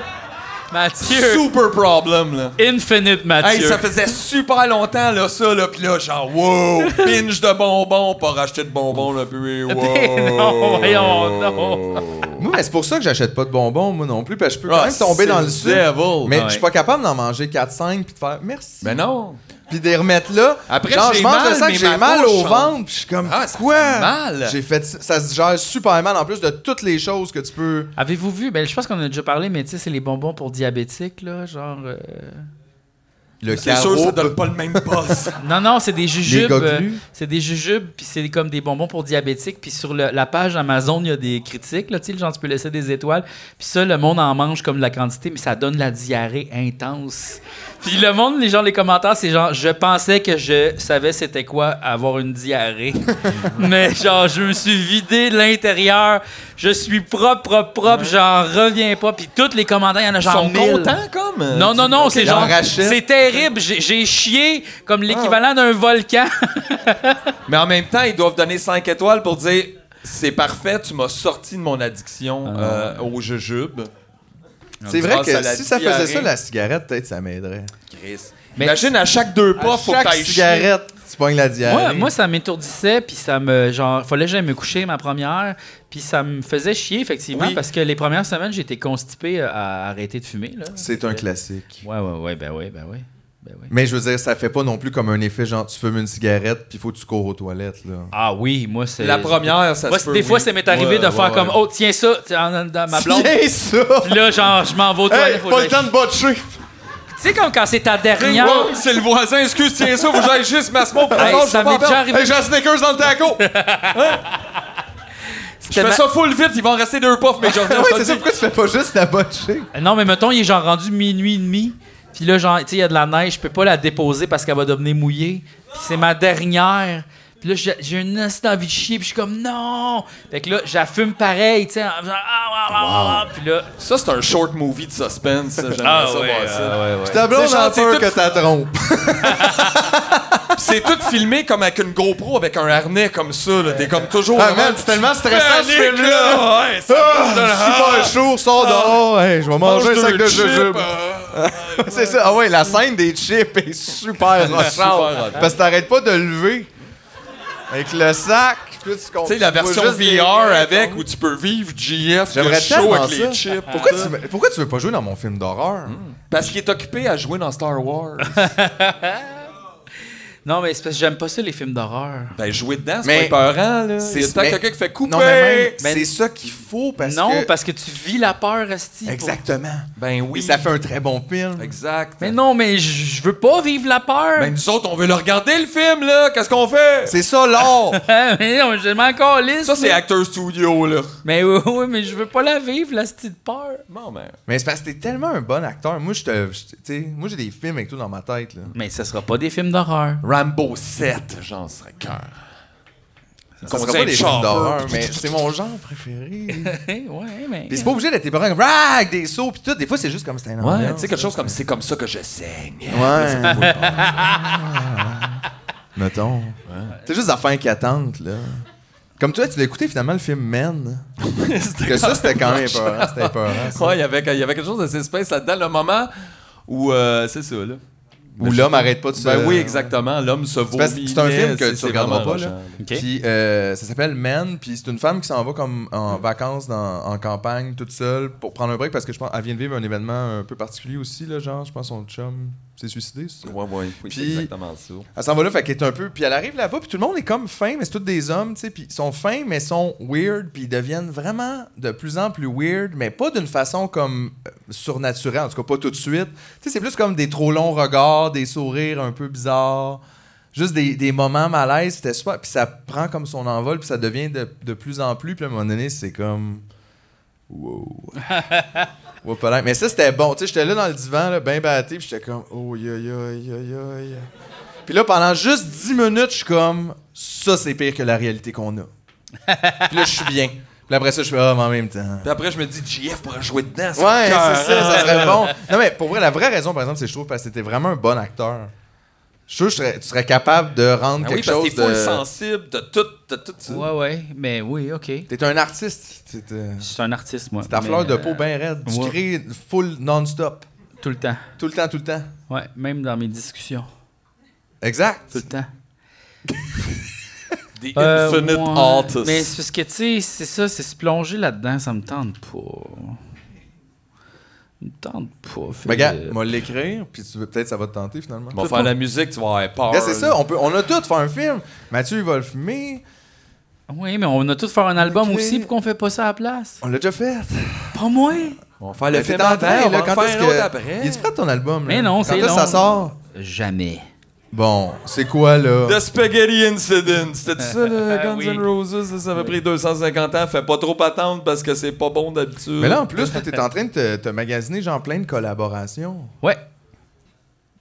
S1: Mathieu.
S2: Super problem, là.
S1: Infinite,
S2: Hey,
S1: Mathieu. *laughs*
S2: ça faisait super longtemps, là, ça, là, pis là, genre, wow, pinch de bonbons, pas racheter de bonbons, là,
S1: *laughs*
S2: puis wow.
S1: Ben non, voyons, non.
S3: Moi, mais c'est pour ça que j'achète pas de bonbons, moi non plus, parce que je peux
S2: Ah,
S3: quand même tomber
S2: c'est
S3: dans
S2: le
S3: le sucre.
S2: devil.
S3: Mais
S1: Ah
S3: je suis
S1: ouais.
S3: pas capable d'en manger 4-5 puis de faire merci.
S2: Mais Ben non.
S3: Puis de les remettre là.
S2: Après,
S3: Genre,
S2: j'ai
S3: je mange
S2: mal,
S3: le sac,
S2: mais
S3: j'ai
S2: ma
S3: mal
S2: bouche,
S3: au
S2: hein.
S3: ventre, puis je suis comme
S2: Ah, ça
S3: quoi
S2: fait mal.
S3: J'ai fait ça se gère super mal en plus de toutes les choses que tu peux.
S1: Avez-vous vu? Ben, je pense qu'on en a déjà parlé, mais tu sais, c'est les bonbons pour diabétiques, là. Genre. euh,
S3: Le
S2: C'est sûr, ça donne pas le même boss.
S1: Non, non, c'est des jujubes.
S3: goglus.
S1: euh, C'est des jujubes, puis c'est comme des bonbons pour diabétiques. Puis sur le- la page Amazon, il y a des critiques, là, tu sais, genre, tu peux laisser des étoiles. Puis ça, le monde en mange comme de la quantité, mais ça donne la diarrhée intense. Puis le monde, les gens, les commentaires, c'est genre, je pensais que je savais c'était quoi avoir une
S2: *laughs*
S1: diarrhée. mais genre, je me suis vidé de l'intérieur. Je suis propre, propre, propre, j'en reviens pas. Puis tous les commentaires, il y en a *laughs*
S2: Ils
S1: genre
S2: sont
S1: 1000.
S2: contents, comme. euh,
S1: Non,
S2: tu-
S1: non, non,
S2: Ok,
S1: c'est
S2: j'en
S1: genre.
S2: rachète.
S1: C'est terrible, j'ai j'ai chié comme l'équivalent d'un volcan.
S2: Ah. Mais en même temps, ils doivent donner 5 étoiles pour dire c'est parfait, tu m'as sorti de mon
S1: Ah
S2: addiction euh, au jujube.
S3: C'est vrai
S2: grâce à
S3: que
S2: la
S3: si ça faisait
S2: diarrhée.
S3: ça la cigarette, peut-être ça m'aiderait.
S2: Chris.
S1: Mais-
S2: Imagine à chaque deux pas, faut
S3: Chaque
S2: que t'ailles chier.
S3: cigarette, tu pognes la diarrhée.
S2: Ben
S1: moi, moi, ça m'étourdissait, puis ça me. Genre, fallait que j'aille me coucher ma première, puis ça me faisait chier, effectivement,
S2: Oui.
S1: parce que les premières semaines, j'étais constipé à arrêter de fumer. Là.
S3: c'est un classique.
S1: Ouais, ouais, ouais, ben ouais, ben ouais. Ben ouais.
S3: Mais je veux dire, ça fait pas non plus comme un effet genre tu fumes une cigarette puis faut que tu cours aux toilettes là.
S1: Ah oui, moi, c'est.
S2: La première, ça
S1: Moi,
S2: se
S1: c'est-
S2: peut,
S1: des fois,
S2: oui.
S1: ça m'est arrivé
S2: Ouais,
S1: de faire
S2: ouais,
S1: comme
S2: ouais.
S1: Oh, tiens ça, dans, dans ma blonde.
S3: Tiens ça.
S1: Puis là, genre, je m'en vais au
S3: Hey,
S1: toilette.
S3: pas le temps de botcher.
S1: Tu sais, comme quand c'est ta dernière.
S2: Wow, c'est le voisin, excuse, tiens ça, vous j'aille juste ma smoke.
S1: Hey,
S2: Attends, je
S1: ça
S2: peux
S1: m'est
S2: pas
S1: déjà
S2: perdre.
S1: arrivé.
S2: Hey, j'ai un Snickers dans le *laughs* taco. Je fais
S1: ma-
S2: ça full vite, il va en rester deux puffs, mais je reviens.
S3: Ouais,
S2: je te
S3: c'est ça.
S2: le dis.
S3: Pourquoi tu fais pas juste la botcher?
S1: Euh, Non, mais mettons, il est genre rendu minuit et demi. Puis là, genre, tu sais, il y a de la neige. Je peux pas la déposer parce qu'elle va devenir mouillée. Puis c'est ma dernière. Puis là, j'ai- j'ai une instant envie de chier. Puis je suis comme, non! Fait que là, j'affume pareil, tu sais, en faisant, ah, ah, ah, ah, ah. Puis là,
S2: *laughs* Ça, c'est un short movie de suspense, ça, j'aimerais ça voir ça.
S3: Ta blonde
S2: C'est
S3: a
S2: gentil,
S3: peur
S2: tout- Oh,
S3: que t'as trompes.
S2: Pis c'est tout filmé comme avec une GoPro, avec un harnais comme ça, là. T'es comme toujours...
S3: Ah,
S2: vraiment-
S3: man, c'est tellement stressant ce
S2: Panique,
S3: film-là!
S2: là. *laughs* Ouais, ça
S3: Ah,
S2: donne- Ah,
S3: super chaud, sors dehors, hey, je vais manger un
S2: mange
S3: sac
S2: deux
S3: de
S2: chips,
S3: jujubes.
S2: euh,
S3: C'est ça, ah ouais, la scène des chips est super rochante.
S2: rochante.
S3: Parce que t'arrêtes pas de lever avec le sac. puis là, Tu
S2: Tu sais, la
S3: vois
S2: version
S3: juste des-
S2: VR avec, où tu peux vivre GF, que
S3: J'aimerais
S2: chaud
S3: tellement
S2: avec les
S3: ça.
S2: chips.
S3: Pourquoi tu, veux- pourquoi tu veux pas jouer dans mon film d'horreur?
S2: Parce qu'il est occupé à jouer dans Star
S3: *laughs*
S2: Wars.
S1: non, mais c'est parce que j'aime pas ça, les films d'horreur.
S2: ben, jouer dedans, c'est
S3: Mais-
S2: pas épeurant, là. C'est tant
S3: mais-
S2: quelqu'un qui fait couper.
S3: Non, mais même, ben,
S1: Mais-
S2: Ben
S3: c'est ça qu'il faut parce
S1: non,
S3: que...
S1: parce que tu vis la peur, Asti. pour-
S3: Exactement.
S2: Ben oui.
S3: Et ça fait un très bon film.
S2: Exact.
S1: Mais non, mais je je veux pas vivre la peur.
S2: Ben, nous autres, on veut le regarder, le film, là. Qu'est-ce qu'on fait?
S3: C'est ça l'or!
S1: Hein, *laughs* mais non, je m'en calisse.
S2: Ben, Ça, c'est Actor Studio, là.
S1: Mais oui, oui, mais je veux pas la vivre, la de peur.
S2: Bon, ben.
S3: *laughs* Mais c'est parce que t'es tellement un bon acteur. Moi, je te... je- tu sais, Moi, j'ai des films avec tout dans ma tête, là.
S1: Mais ça sera pas des films d'horreur.
S2: Rambo 7, genre, ce serait cœur.
S3: Ça sera pas des films d'horreur, mais c'est mon genre
S2: *laughs*
S3: préféré.
S1: *laughs* ouais, mais.
S3: Puis c'est pas obligé d'être épeurant comme rag, des sauts pis tout. Des fois, c'est juste comme c'est un
S2: Ouais,
S3: ambiance.
S2: tu sais, quelque chose comme c'est comme ça que je saigne. *laughs*
S3: Ouais. Mettons. C'est juste des affaires qui attendent, là. Comme toi, tu l'as écouté finalement le film
S2: *laughs*
S3: Men. que ça, c'était quand même pas. C'était pas.
S2: Ouais, il y avait, il y avait quelque chose de suspense là-dedans. Le moment où. euh, c'est ça, là.
S3: Où l'homme arrête pas de se.
S2: Ben oui, exactement. L'homme se
S3: C'est parce
S2: vomit.
S3: que c'est un film que tu
S2: c'est
S3: regarderas
S2: vraiment
S3: pas, là.
S2: rochant.
S1: OK.
S3: Puis euh, ça s'appelle Men, puis c'est une femme qui s'en va comme
S2: Mm.
S3: en vacances dans- en campagne toute seule pour prendre un break parce que je pense elle vient de vivre un événement un peu particulier aussi là, genre je pense son chum s'est suicidé. c'est ça?
S2: Ouais, ouais, oui, c'est
S3: Puis-
S2: exactement ça.
S3: Elle s'en va là, fait qu'elle est un peu. Puis elle arrive là-bas, puis tout le monde est comme fin, mais c'est tous des hommes, tu sais. Puis ils sont fins, mais ils sont weird, puis ils deviennent vraiment de plus en plus weird, mais pas d'une façon comme euh, surnaturelle, en tout cas pas tout de suite. Tu sais, c'est plus comme des trop longs regards, des sourires un peu bizarres, juste des, des moments malaises, c'était super. Puis ça prend comme son envol, puis ça devient de, de plus en plus, puis à un moment donné, c'est comme. Wow. Ouais, pas l'air. Mais ça, c'était bon. Tu sais, j'étais là dans le divan, là, ben batté, puis j'étais comme, oh, yo, yo, yo, yo, yo. Puis là, pendant juste 10 minutes, je suis comme, ça, c'est pire que la réalité qu'on a. puis là, je suis bien. Puis après ça, je fais, ah, mais en même temps.
S2: Puis après, je me dis, JF pourrait jouer dedans. ça.
S3: Ouais, c'est ça, ça serait bon. Non, mais pour vrai, la vraie raison, par exemple, c'est que je trouve parce que t'es vraiment un bon acteur. Je trouve que je serais- tu serais capable de rendre
S2: Ah oui,
S3: quelque
S2: parce que
S3: chose
S2: t'es full
S3: de...
S2: sensible, t'as tout, t'as tout ça.
S1: Ouais, ouais, mais oui, OK. Je
S3: T'es un artiste. T'es, t'es-
S1: suis un artiste, moi.
S3: t'es ta
S1: mais,
S3: fleur de
S1: euh,
S3: peau bien raide. Tu
S1: ouais.
S3: crées full non-stop.
S1: Tout le temps.
S3: Tout le temps, tout le temps.
S1: Ouais, même dans mes discussions.
S3: Exact.
S1: Tout le temps.
S2: Des
S1: Euh,
S2: infinite
S1: ouais,
S2: artists.
S1: Mais c'est parce que, tu sais, c'est ça, c'est se plonger là-dedans, ça me tente pas. Ça me tente pas. Philippe.
S3: Mais regarde, Ben, moi l'écrire, puis tu veux- peut-être ça va te tenter finalement.
S2: On va faire de la musique, tu vas avoir peur.
S3: Regarde, c'est ça, on, peut, on a tout fait un film. Mathieu, il va le fumer.
S1: Oui, mais on a tous faire un album
S3: Ok.
S1: aussi, pourquoi on fait pas ça à la place?
S3: On l'a déjà fait.
S1: Pas moi!
S2: On va faire le
S3: Mais
S2: film
S3: t'es en
S2: après,
S3: train,
S2: on va en
S3: quand est-ce
S2: faire un autre
S3: que...
S2: après.
S3: Il est prêt ton album? là?
S1: Mais non,
S3: Quand
S1: c'est
S3: est-ce que
S1: long.
S3: ça sort?
S1: Jamais.
S3: Bon, c'est quoi là?
S2: The Spaghetti Incident, c'était ça
S1: *laughs*
S2: le
S1: Ah
S2: Guns
S1: oui.
S2: N' Roses, ça, ça avait pris 250 ans, fait pas trop attendre parce que c'est pas bon d'habitude.
S3: Mais là, en plus, toi, t'es en train de te, te magasiner genre plein de collaborations.
S1: Ouais.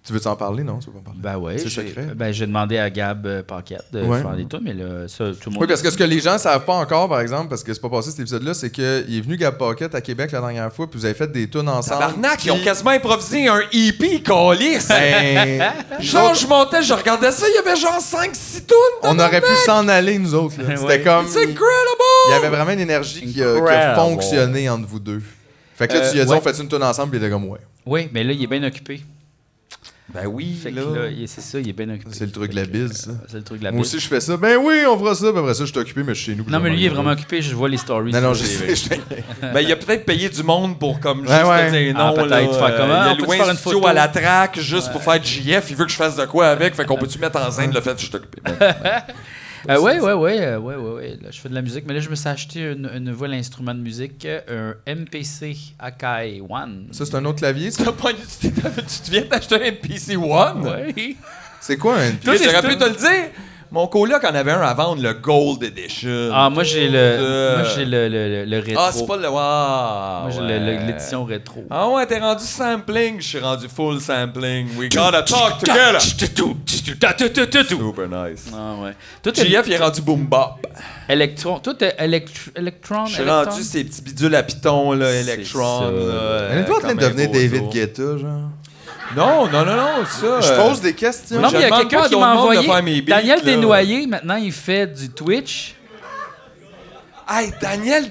S3: Tu veux t'en parler? Non, tu veux pas en parler.
S1: Ben ouais.
S3: C'est
S1: j'ai-
S3: secret.
S1: Ben j'ai demandé à Gab euh, Paquette de
S3: Ouais.
S1: faire des trucs, mais là, ça, tout le monde.
S3: Oui, parce que ce que les gens savent pas encore, par exemple, parce que c'est pas passé cet épisode-là, c'est qu'il est venu Gab Pocket à Québec la dernière fois, puis vous avez fait des tunes ensemble.
S2: Tabarnak, ils ont
S3: Puis-
S2: quasiment improvisé un EP,
S3: *laughs*
S2: calice!
S3: Ben,
S2: Genre, je montais, je regardais ça, il y avait genre 5-6 tunes!
S3: on aurait pu s'en aller, nous autres. là. C'était
S1: Ouais.
S3: comme.
S2: C'est incredible!
S3: Il y avait vraiment une énergie qui a, qui a
S1: Incredible.
S3: fonctionné entre vous deux. Fait que là, tu lui as dit,
S1: ouais.
S3: on fait une tourne ensemble, puis il était comme, ouais.
S1: Oui, mais là, il est bien occupé.
S2: Ben oui,
S1: Fait que
S2: là.
S1: là, il- c'est ça, il est bien occupé.
S3: C'est le truc de
S1: Fait
S3: la
S1: que,
S3: bise, ça.
S1: euh, C'est le truc de la bise.
S3: Moi aussi, je fais ça. Ben oui, on fera ça. Puis après ça, je suis occupé, mais je suis chez nous.
S1: Non, mais lui, il est vraiment
S3: Non,
S1: occupé, je vois les stories. sur
S3: non, je
S1: les-
S3: sais. je t'ai-
S2: Ben, il a peut-être payé du monde pour comme juste
S3: Ouais, ouais.
S2: te dire
S1: Ah,
S2: non.
S1: peut-être,
S2: là,
S1: tu fais comment?
S2: euh, Il a
S1: On peut-tu
S2: loué
S1: faire
S2: un
S1: une
S2: studio
S1: photo?
S2: à la traque juste pour faire JF. Il veut que je fasse de quoi avec. Fait qu'on peut-tu mettre en scène le fait que je suis occupé? Ben,
S1: Euh, ouais, ouais, ouais, euh, ouais, ouais, ouais. Là, je fais de la musique, mais là, je me suis acheté une, une voile instrument de musique, euh, un MPC Akai One.
S3: Ça, c'est un autre clavier. ça.
S2: t'as pas- tu t'es- tu viens d'acheter un PC One?
S1: Ouais.
S3: C'est quoi un.
S2: Toi,
S1: Tout est-
S2: j'aurais pu te le dire. Mon coloc en avait un à vendre, le Gold Edition.
S1: Ah, moi, j'ai le,
S2: Euh,
S1: moi, j'ai le, le, le- le rétro.
S2: Ah, c'est pas le. Ah,
S1: Moi, j'ai le-
S2: ouais.
S1: le- l'édition rétro.
S2: Ah ouais, t'es rendu sampling. Je suis rendu full sampling. We gotta talk together. Super nice.
S1: Ah, ouais. Toi, t'es
S2: JF, il est rendu boom bap.
S1: électron. Toi, t'es électr- électron.
S2: Je suis
S1: électron?
S2: rendu ces petits bidules à piton, là,
S1: C'est ça.
S2: Electron. là,
S3: On est
S2: euh,
S3: pas en train
S2: comme
S3: de
S2: un
S3: devenir
S2: gros
S3: David
S2: dos.
S3: Guetta, genre.
S2: Non, non, non, non, ça.
S3: Je
S2: euh,
S3: pose des questions.
S1: Non, mais il y a
S2: demande pas
S1: quelqu'un
S2: à
S1: qui
S2: d'autres
S1: m'a
S2: mondes de
S1: envoyé.
S2: faire mes beats,
S1: Daniel
S2: là.
S1: Desnoyers, maintenant, il fait du Twitch.
S2: Hey, Daniel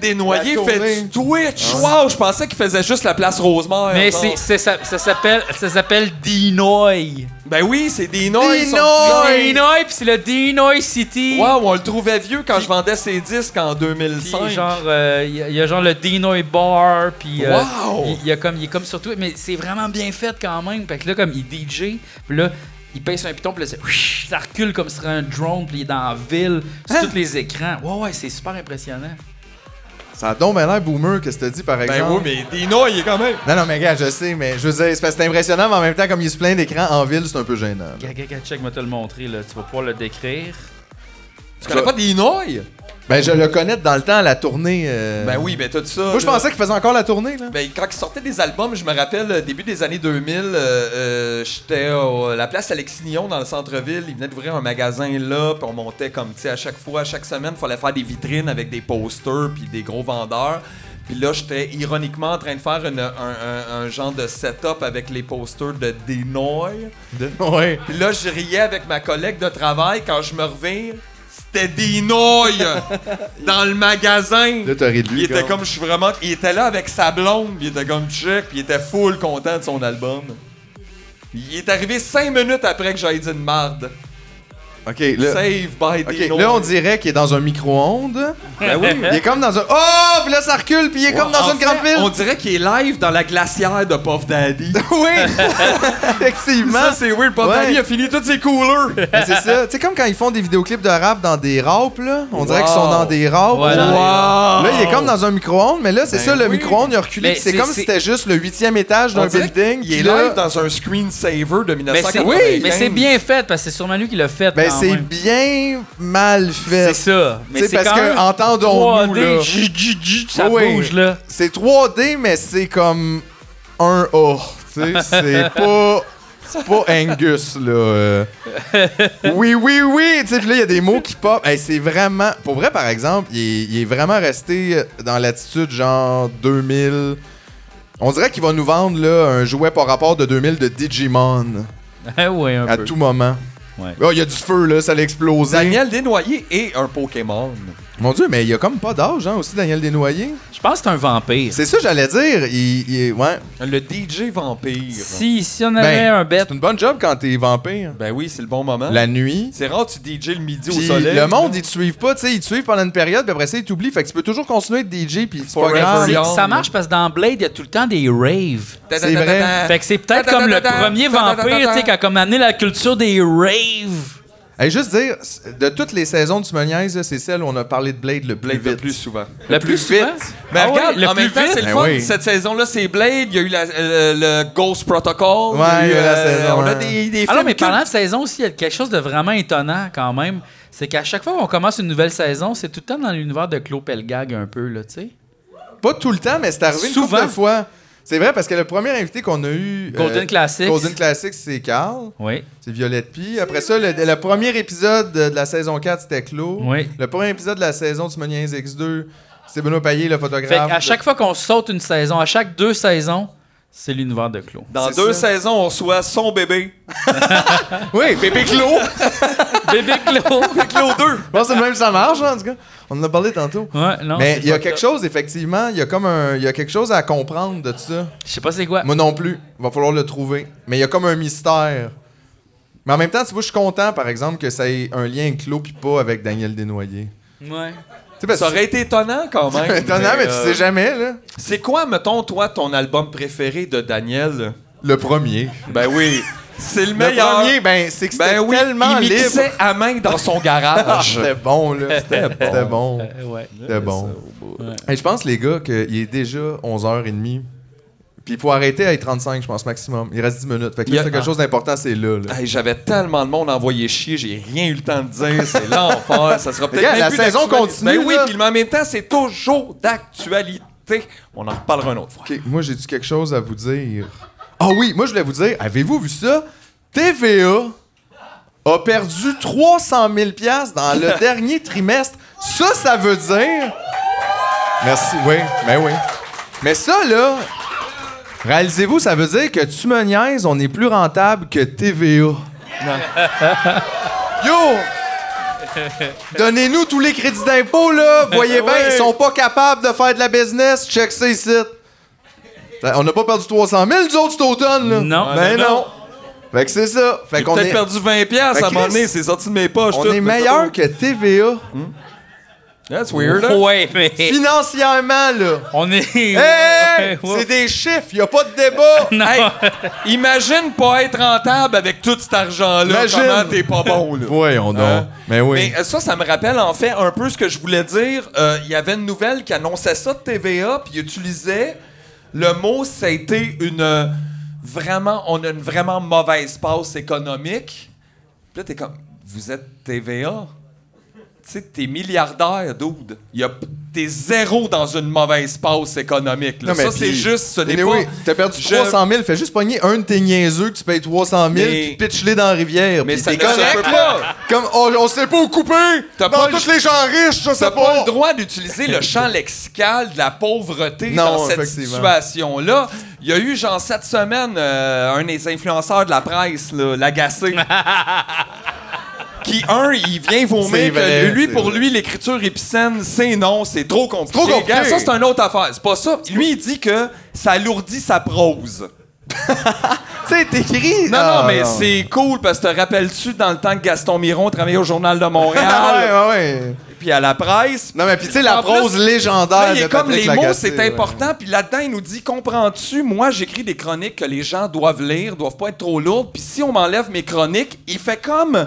S3: La
S2: Desnoyers
S3: tournée. Ah
S2: fait du Twitch. Wow, je pensais qu'il faisait juste la place Rosemère.
S1: mais
S2: genre.
S1: c'est, c'est- ça, ça s'appelle, ça s'appelle Dinoy.
S2: Ben oui, c'est des noms. ils sont-
S3: Dinoy!
S1: Dinoy, puis c'est le Dinoy City.
S2: Wow, on le trouvait vieux quand je vendais ses disques en
S1: Puis
S2: 2005.
S1: genre, euh, il y, a- il y a genre le Dinoy Bar, puis euh,
S2: Wow!
S1: il, il y a comme, il est comme sur Twitch, mais c'est vraiment bien fait quand même. Fait que là, comme il DJ, puis là, il pèse sur un piton, puis là, c'est- whish, ça recule comme si c'était un drone, puis il est dans la ville, sur
S3: Hein?
S1: tous les écrans. Ouais, ouais, c'est super impressionnant.
S3: Ça a donc bien l'air boomer que tu dit, par exemple.
S2: Ben oui, mais des noms, il est quand même.
S3: Non, non, mais gars, je sais, mais je veux dire, c'est parce que c'est impressionnant, mais en même temps, comme il y a ce plein d'écrans en ville, c'est un peu gênant. là.
S1: Gaga, check, check, moi te le montrer, là. Tu vas pouvoir le décrire.
S2: Tu connais pas des noms?
S3: Ben, je le connais dans le temps, la tournée. euh,
S2: Ben oui, ben tout ça.
S3: Moi, je
S2: là.
S3: pensais qu'il faisait encore la tournée, là.
S2: Ben, quand ils sortaient des albums, je me rappelle, euh, début des années 2000, euh, euh, j'étais à la place Alexignon dans le centre-ville. Ils venaient d'ouvrir un magasin là, puis on montait comme, tu sais, à chaque fois, à chaque semaine, il fallait faire des vitrines avec des posters, puis des gros vendeurs. Puis là, j'étais ironiquement en train de faire une- un, un- un genre de setup avec les posters de Denoy.
S9: De- Ouais.
S2: Puis là, je riais avec ma collègue de travail quand je me revire. C'était Denoy dans le magasin.
S3: Là, t'aurais de lui.
S2: Il était comme, je suis vraiment. Il était là avec sa blonde, puis il était comme check, puis il était full content de son album. Il est arrivé cinq minutes après que j'aille dit une marde.
S3: OK, là.
S2: Save by
S3: OK,
S2: Dino.
S3: là, on dirait qu'il est dans un micro-ondes.
S1: Ben
S3: Il est comme dans un. Oh! Puis là, ça recule, puis il est comme dans
S2: En
S3: une
S2: fait,
S3: grande
S2: On
S3: ville.
S2: dirait qu'il est live dans la glacière de Puff Daddy.
S3: *laughs* Oui! Effectivement.
S2: Ça, c'est weird. Puff
S3: Ouais.
S2: Daddy a fini tous ses coolers.
S3: Mais c'est ça. Tu sais, comme quand ils font des vidéoclips de rap dans des rapes, là. On dirait
S2: Wow.
S3: qu'ils sont dans des rapes.
S1: Ouais, dans des
S3: Là, il est comme dans un micro-ondes, mais là, c'est
S2: Ben
S3: ça, le
S2: oui.
S3: micro-ondes, il a reculé.
S1: Mais
S3: puis C'est
S1: c'est-
S3: comme
S1: c'est-
S3: si c'était juste le huitième étage d'un
S2: On dirait
S3: building.
S2: Il est
S3: puis là-
S2: live dans un screensaver de
S1: Mais c'est
S2: 1995.
S1: mais c'est bien fait parce que c'est sûrement lui qui l'a fait.
S3: Ben,
S1: quand
S3: c'est
S1: même.
S3: bien mal fait.
S1: Ah C'est ça. Mais
S3: Tu sais,
S1: c'est
S3: parce
S1: quand
S3: que,
S1: même
S3: entendons-nous,
S1: 3D,
S3: là.
S1: j- j- j- ça
S3: Oui.
S1: bouge, là. *laughs*
S3: C'est 3D, mais c'est comme un A.
S1: *laughs*
S3: Tu sais, c'est pas. C'est pas Angus, là. euh. Oui, oui, oui! Tu sais, puis là, il y a des mots qui pop. Hey, c'est vraiment. Pour vrai, par exemple, il est, il est vraiment resté dans l'attitude genre 2000. On dirait qu'il va nous vendre là, un jouet par rapport de 2000 de Digimon
S1: Ah ouais, un
S3: à
S1: peu.
S3: tout moment.
S1: Ouais.
S3: Oh, il y a du feu, là, ça allait exploser.
S2: Daniel Desnoyers est un Pokémon.
S3: Mon Dieu, mais il y a comme pas d'âge, hein, aussi, Daniel Desnoyers.
S1: Je pense que c'est un vampire.
S3: C'est ça, j'allais dire. Il, il est- ouais.
S2: Le DJ vampire.
S1: Si, si on avait un Hein? bête.
S3: Ben, C'est une bonne job quand t'es vampire.
S2: Ben oui, c'est le bon moment.
S3: La nuit.
S2: C'est rare tu DJ le midi au
S3: Puis
S2: soleil.
S3: le monde, ils te suivent pas, tu sais, ils te suivent pendant une période, puis après ça, ils t'oublient. Fait que tu peux toujours continuer de DJ, puis c'est pas
S2: Forever
S3: grave.
S1: C'est-
S2: young.
S1: Ça marche parce que dans Blade, il y a tout le temps des raves.
S3: C'est vrai.
S1: Fait que c'est peut-être comme le premier vampire, tu sais, qui a comme amené la culture des raves.
S3: Hey, juste dire, de toutes les saisons de Tu me niaises, là, c'est celle où on a parlé de Blade le plus
S2: Blade le
S3: vite.
S2: plus souvent.
S1: Le plus souvent.
S2: Mais
S1: Ah ouais,
S2: regarde,
S1: le
S2: en
S1: plus
S2: même temps,
S1: vite.
S2: c'est le
S3: Ben
S2: fun.
S3: oui.
S2: Cette saison-là, c'est Blade. Il y a eu la- euh, le Ghost Protocol.
S3: Ouais,
S2: il y a eu, euh,
S3: la saison
S2: On a
S3: un.
S2: des, des films
S1: Alors, Ah mais
S2: cultes.
S1: parlant de saison aussi, il y a quelque chose de vraiment étonnant quand même. C'est qu'à chaque fois qu'on commence une nouvelle saison, c'est tout le temps dans l'univers de Claude Pelgag un peu, là, tu sais.
S3: Pas tout le temps, mais c'est arrivé une
S1: Souvent.
S3: couple de fois. C'est vrai, parce que le premier invité qu'on a eu... euh,
S1: Golden Classics.
S3: Golden Classics, c'est Carl.
S1: Oui.
S3: C'est Violette Pie. Après ça, le, le premier épisode de, de la saison 4, c'était Clos.
S1: Oui.
S3: Le premier épisode de la saison Tu me niaises X2, c'est Benoît Payet, le photographe.
S1: Fait qu'à chaque fois qu'on saute une saison, à chaque deux saisons, c'est l'univers de Claude.
S2: Dans
S3: c'est
S2: deux
S3: ça.
S2: saisons, on reçoit son bébé.
S3: *laughs* Oui, bébé Clos.
S1: *laughs*
S3: *laughs*
S1: Bébé Claude.
S2: Clos 2.
S3: Je pense que c'est le même que ça marche, hein, en tout cas. On en a parlé tantôt.
S1: Ouais, non.
S3: Mais
S1: c'est
S3: il y a
S1: fucked
S3: quelque
S1: up.
S3: chose, effectivement, il y a comme un, il y a quelque chose à comprendre de ça.
S1: Je sais pas c'est quoi.
S3: Moi non plus, va falloir le trouver. Mais il y a comme un mystère. Mais en même temps, tu vois, je suis content, par exemple, que ça ait un lien avec Clos puis pas avec Daniel Desnoyers.
S1: Ouais.
S3: Tu sais, parce
S2: Ça
S3: que
S2: aurait été étonnant quand même.
S3: *laughs* c'est étonnant, mais, tu
S2: euh,
S3: sais jamais, là.
S2: C'est quoi, mettons, toi, ton album préféré de Daniel?
S3: Le premier.
S2: Ben oui. C'est le
S3: Le
S2: meilleur.
S3: premier, ben, c'est que c'était
S2: ben oui,
S3: tellement
S2: il
S3: libre.
S2: mixait à main dans
S3: *laughs*
S2: son
S3: Ah,
S2: garage.
S3: c'était bon,
S2: *laughs*
S3: là. C'était bon. C'était bon.
S1: Euh, ouais.
S3: C'était bon. Et je pense, les gars, qu'il est déjà 11h30. Puis il faut arrêter à 35, je pense, maximum. Il reste 10 minutes. Fait que
S2: Il y
S3: là,
S2: a- Ah.
S3: c'est quelque chose d'important, c'est là. là.
S2: *laughs* Hey, J'avais tellement de monde envoyé chier, j'ai rien eu le temps de dire, c'est l'enfer, ça sera peut-être
S3: Regarde,
S2: même
S3: la
S2: plus
S3: saison
S2: d'actualité.
S3: continue,
S2: Ben oui,
S3: là.
S2: puis en même temps, c'est toujours d'actualité. On en reparlera une autre fois.
S3: Ok, moi, j'ai-tu quelque chose à vous dire? Ah oui, moi, je voulais vous dire, avez-vous vu ça? TVA a perdu 300 000 dans le dernier trimestre. Ça, ça veut dire... Merci, oui, ben oui. Mais ça, là, réalisez-vous, ça veut dire que tu me niaises, on est plus rentable que TVA. Yo! Donnez-nous tous les crédits d'impôt, là. Voyez bien, ils sont pas capables de faire de la business. Check ça ici. Ça, Ben, On n'a pas perdu 300 000, nous autres, cet automne, là.
S1: Non.
S3: Ben
S2: Ah, non,
S3: non. Fait que c'est ça. Fait
S2: J'ai
S3: qu'on
S2: peut-être
S3: est,
S2: perdu 20$
S3: Fait
S2: piastres à un
S3: que
S2: moment
S3: Chris,
S2: donné, c'est sorti de mes poches.
S3: on
S2: tout,
S3: est
S2: mais
S3: meilleur que TVA.
S2: ça, That's weird, hein?
S1: Ouais, mais.
S3: Financièrement, là.
S1: On est.
S3: Hey!
S1: Ouais, ouais.
S3: C'est des chiffres,
S2: *laughs*
S3: y a pas de débat.
S1: Non.
S2: Hey, imagine pas être rentable avec tout cet argent-là.
S3: Imagine.
S2: Comment t'es pas bon, *laughs* là?
S3: *laughs* Voyons donc.
S2: Hein?
S3: Mais Ben oui.
S2: Mais euh, ça, ça me rappelle en fait un peu ce que je voulais dire. Euh, Il y avait une nouvelle qui annonçait ça de TVA, puis il utilisait le mot, ça a été une euh, vraiment, on a une vraiment mauvaise passe économique. Puis là, t'es comme, vous êtes TVA? Tu sais, t'es milliardaire, dude. Il y a, t'es zéro dans une mauvaise passe économique. là.
S3: Non, mais
S2: euh, ça,
S3: puis-
S2: c'est juste, ce n'est
S3: Mais
S2: pas.
S3: oui, t'as perdu
S2: Je-
S3: 300 000, fais juste pogner un de tes niaiseux que tu payes 300 000,
S2: Mais-
S3: puis pitch-les dans la rivière.
S2: Mais
S3: puis
S2: ça
S3: t'es
S2: ne se
S3: correct,
S2: peut
S3: là.
S2: pas.
S3: Comme, on, on sait pas où couper!
S2: T'as
S3: dans
S2: pas le-
S3: tous les gens riches, ça,
S2: T'as
S3: c'est
S2: pas le droit d'utiliser le champ lexical de la pauvreté
S3: Non,
S2: dans cette
S3: effectivement.
S2: situation-là. Il y a eu, genre, cette semaine, euh, un des influenceurs de la presse,
S3: *laughs*
S2: là, l'agacé. Qui, un, il vient
S3: C'est
S2: vomir que
S3: vrai,
S2: lui,
S3: c'est
S2: pour
S3: vrai.
S2: lui, l'écriture épicène, c'est non, c'est trop compliqué.
S3: Trop compliqué.
S2: Regarde, ça, c'est une autre affaire. C'est pas ça. Lui, il dit que ça alourdit sa prose.
S3: Tu sais, t'écris.
S2: Non,
S3: Ah,
S2: non, mais c'est cool parce que te rappelles-tu dans le temps que Gaston Miron travaillait au Journal
S3: *laughs*
S2: de
S3: Ah, *laughs* ouais, ouais,
S2: Montréal,
S3: ouais.
S2: puis à la presse,
S3: Non, mais puis tu sais, la
S2: En plus,
S3: prose légendaire.
S2: Là, il est
S3: de
S2: comme
S3: Patrick
S2: les mots,
S3: Lagacé,
S2: c'est
S3: ouais.
S2: important. Puis là-dedans, il nous dit Comprends-tu, moi, j'écris des chroniques que les gens doivent lire, doivent pas être trop lourdes. Puis si on m'enlève mes chroniques, il fait comme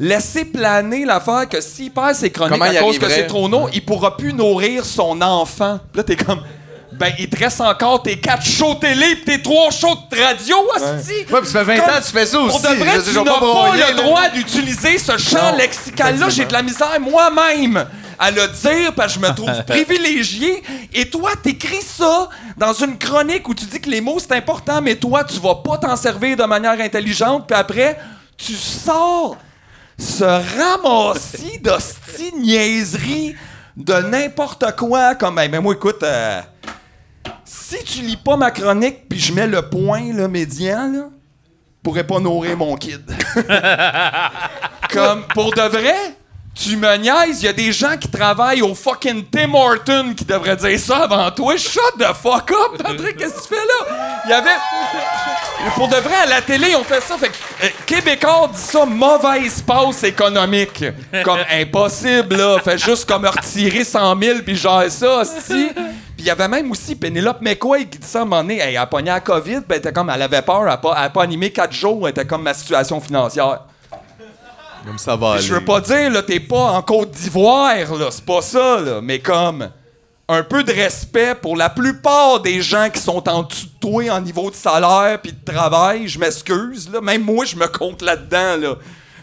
S2: laisser planer l'affaire que s'il perd ses chroniques
S3: Comment
S2: à
S3: il
S2: cause que
S3: arriverait?
S2: c'est trop lourd, il pourra plus nourrir son enfant. Puis là, t'es comme Ben, il te reste encore tes quatre shows télé pis tes trois shows de radio, hostie.
S3: Ouais, puis ça fait 20
S2: Comme-
S3: ans que tu fais ça aussi.
S2: Pour de vrai,
S3: Je- je-
S2: tu
S3: je vais
S2: n'as pas,
S3: broyer,
S2: le
S3: là.
S2: droit d'utiliser ce champ lexical-là. J'ai de la misère moi-même à le dire parce que je me *laughs* trouve privilégié. Et toi, t'écris ça dans une chronique où tu dis que les mots, c'est important, mais toi, tu vas pas t'en servir de manière intelligente. Puis après, tu sors ce *laughs* ramassis d'hostie niaiserie de n'importe quoi. Comme, hey, ben moi, écoute... euh, si tu lis pas ma chronique puis je mets le point là, médian, là, je pourrais pas nourrir mon kid. *laughs* Comme pour de vrai, tu me niaises, il y a des gens qui travaillent au fucking Tim Horton qui devraient dire ça avant toi. Shut the fuck up, Patrick, qu'est-ce que tu fais là? Il y avait. Pour de vrai, à la télé, on fait ça. Fait que, euh, Québécois dit ça, mauvaise passe économique. Comme impossible, là. Fait juste comme retirer 100 000 puis genre ça, si. Puis il y avait même aussi Penelope McQuaid qui dit ça à un moment donné. Elle a pogné la COVID, ben, elle était comme, elle avait peur, elle a pas, elle a pas animé 4 jours, elle était comme ma situation financière.
S3: Comme ça va.
S2: Je veux
S3: aller.
S2: pas dire, là, t'es pas en Côte d'Ivoire, là, c'est pas ça, là, mais comme un peu de respect pour la plupart des gens qui sont en dessous de toi en niveau de salaire puis de travail, je m'excuse, là, même moi, je me compte là-dedans, là.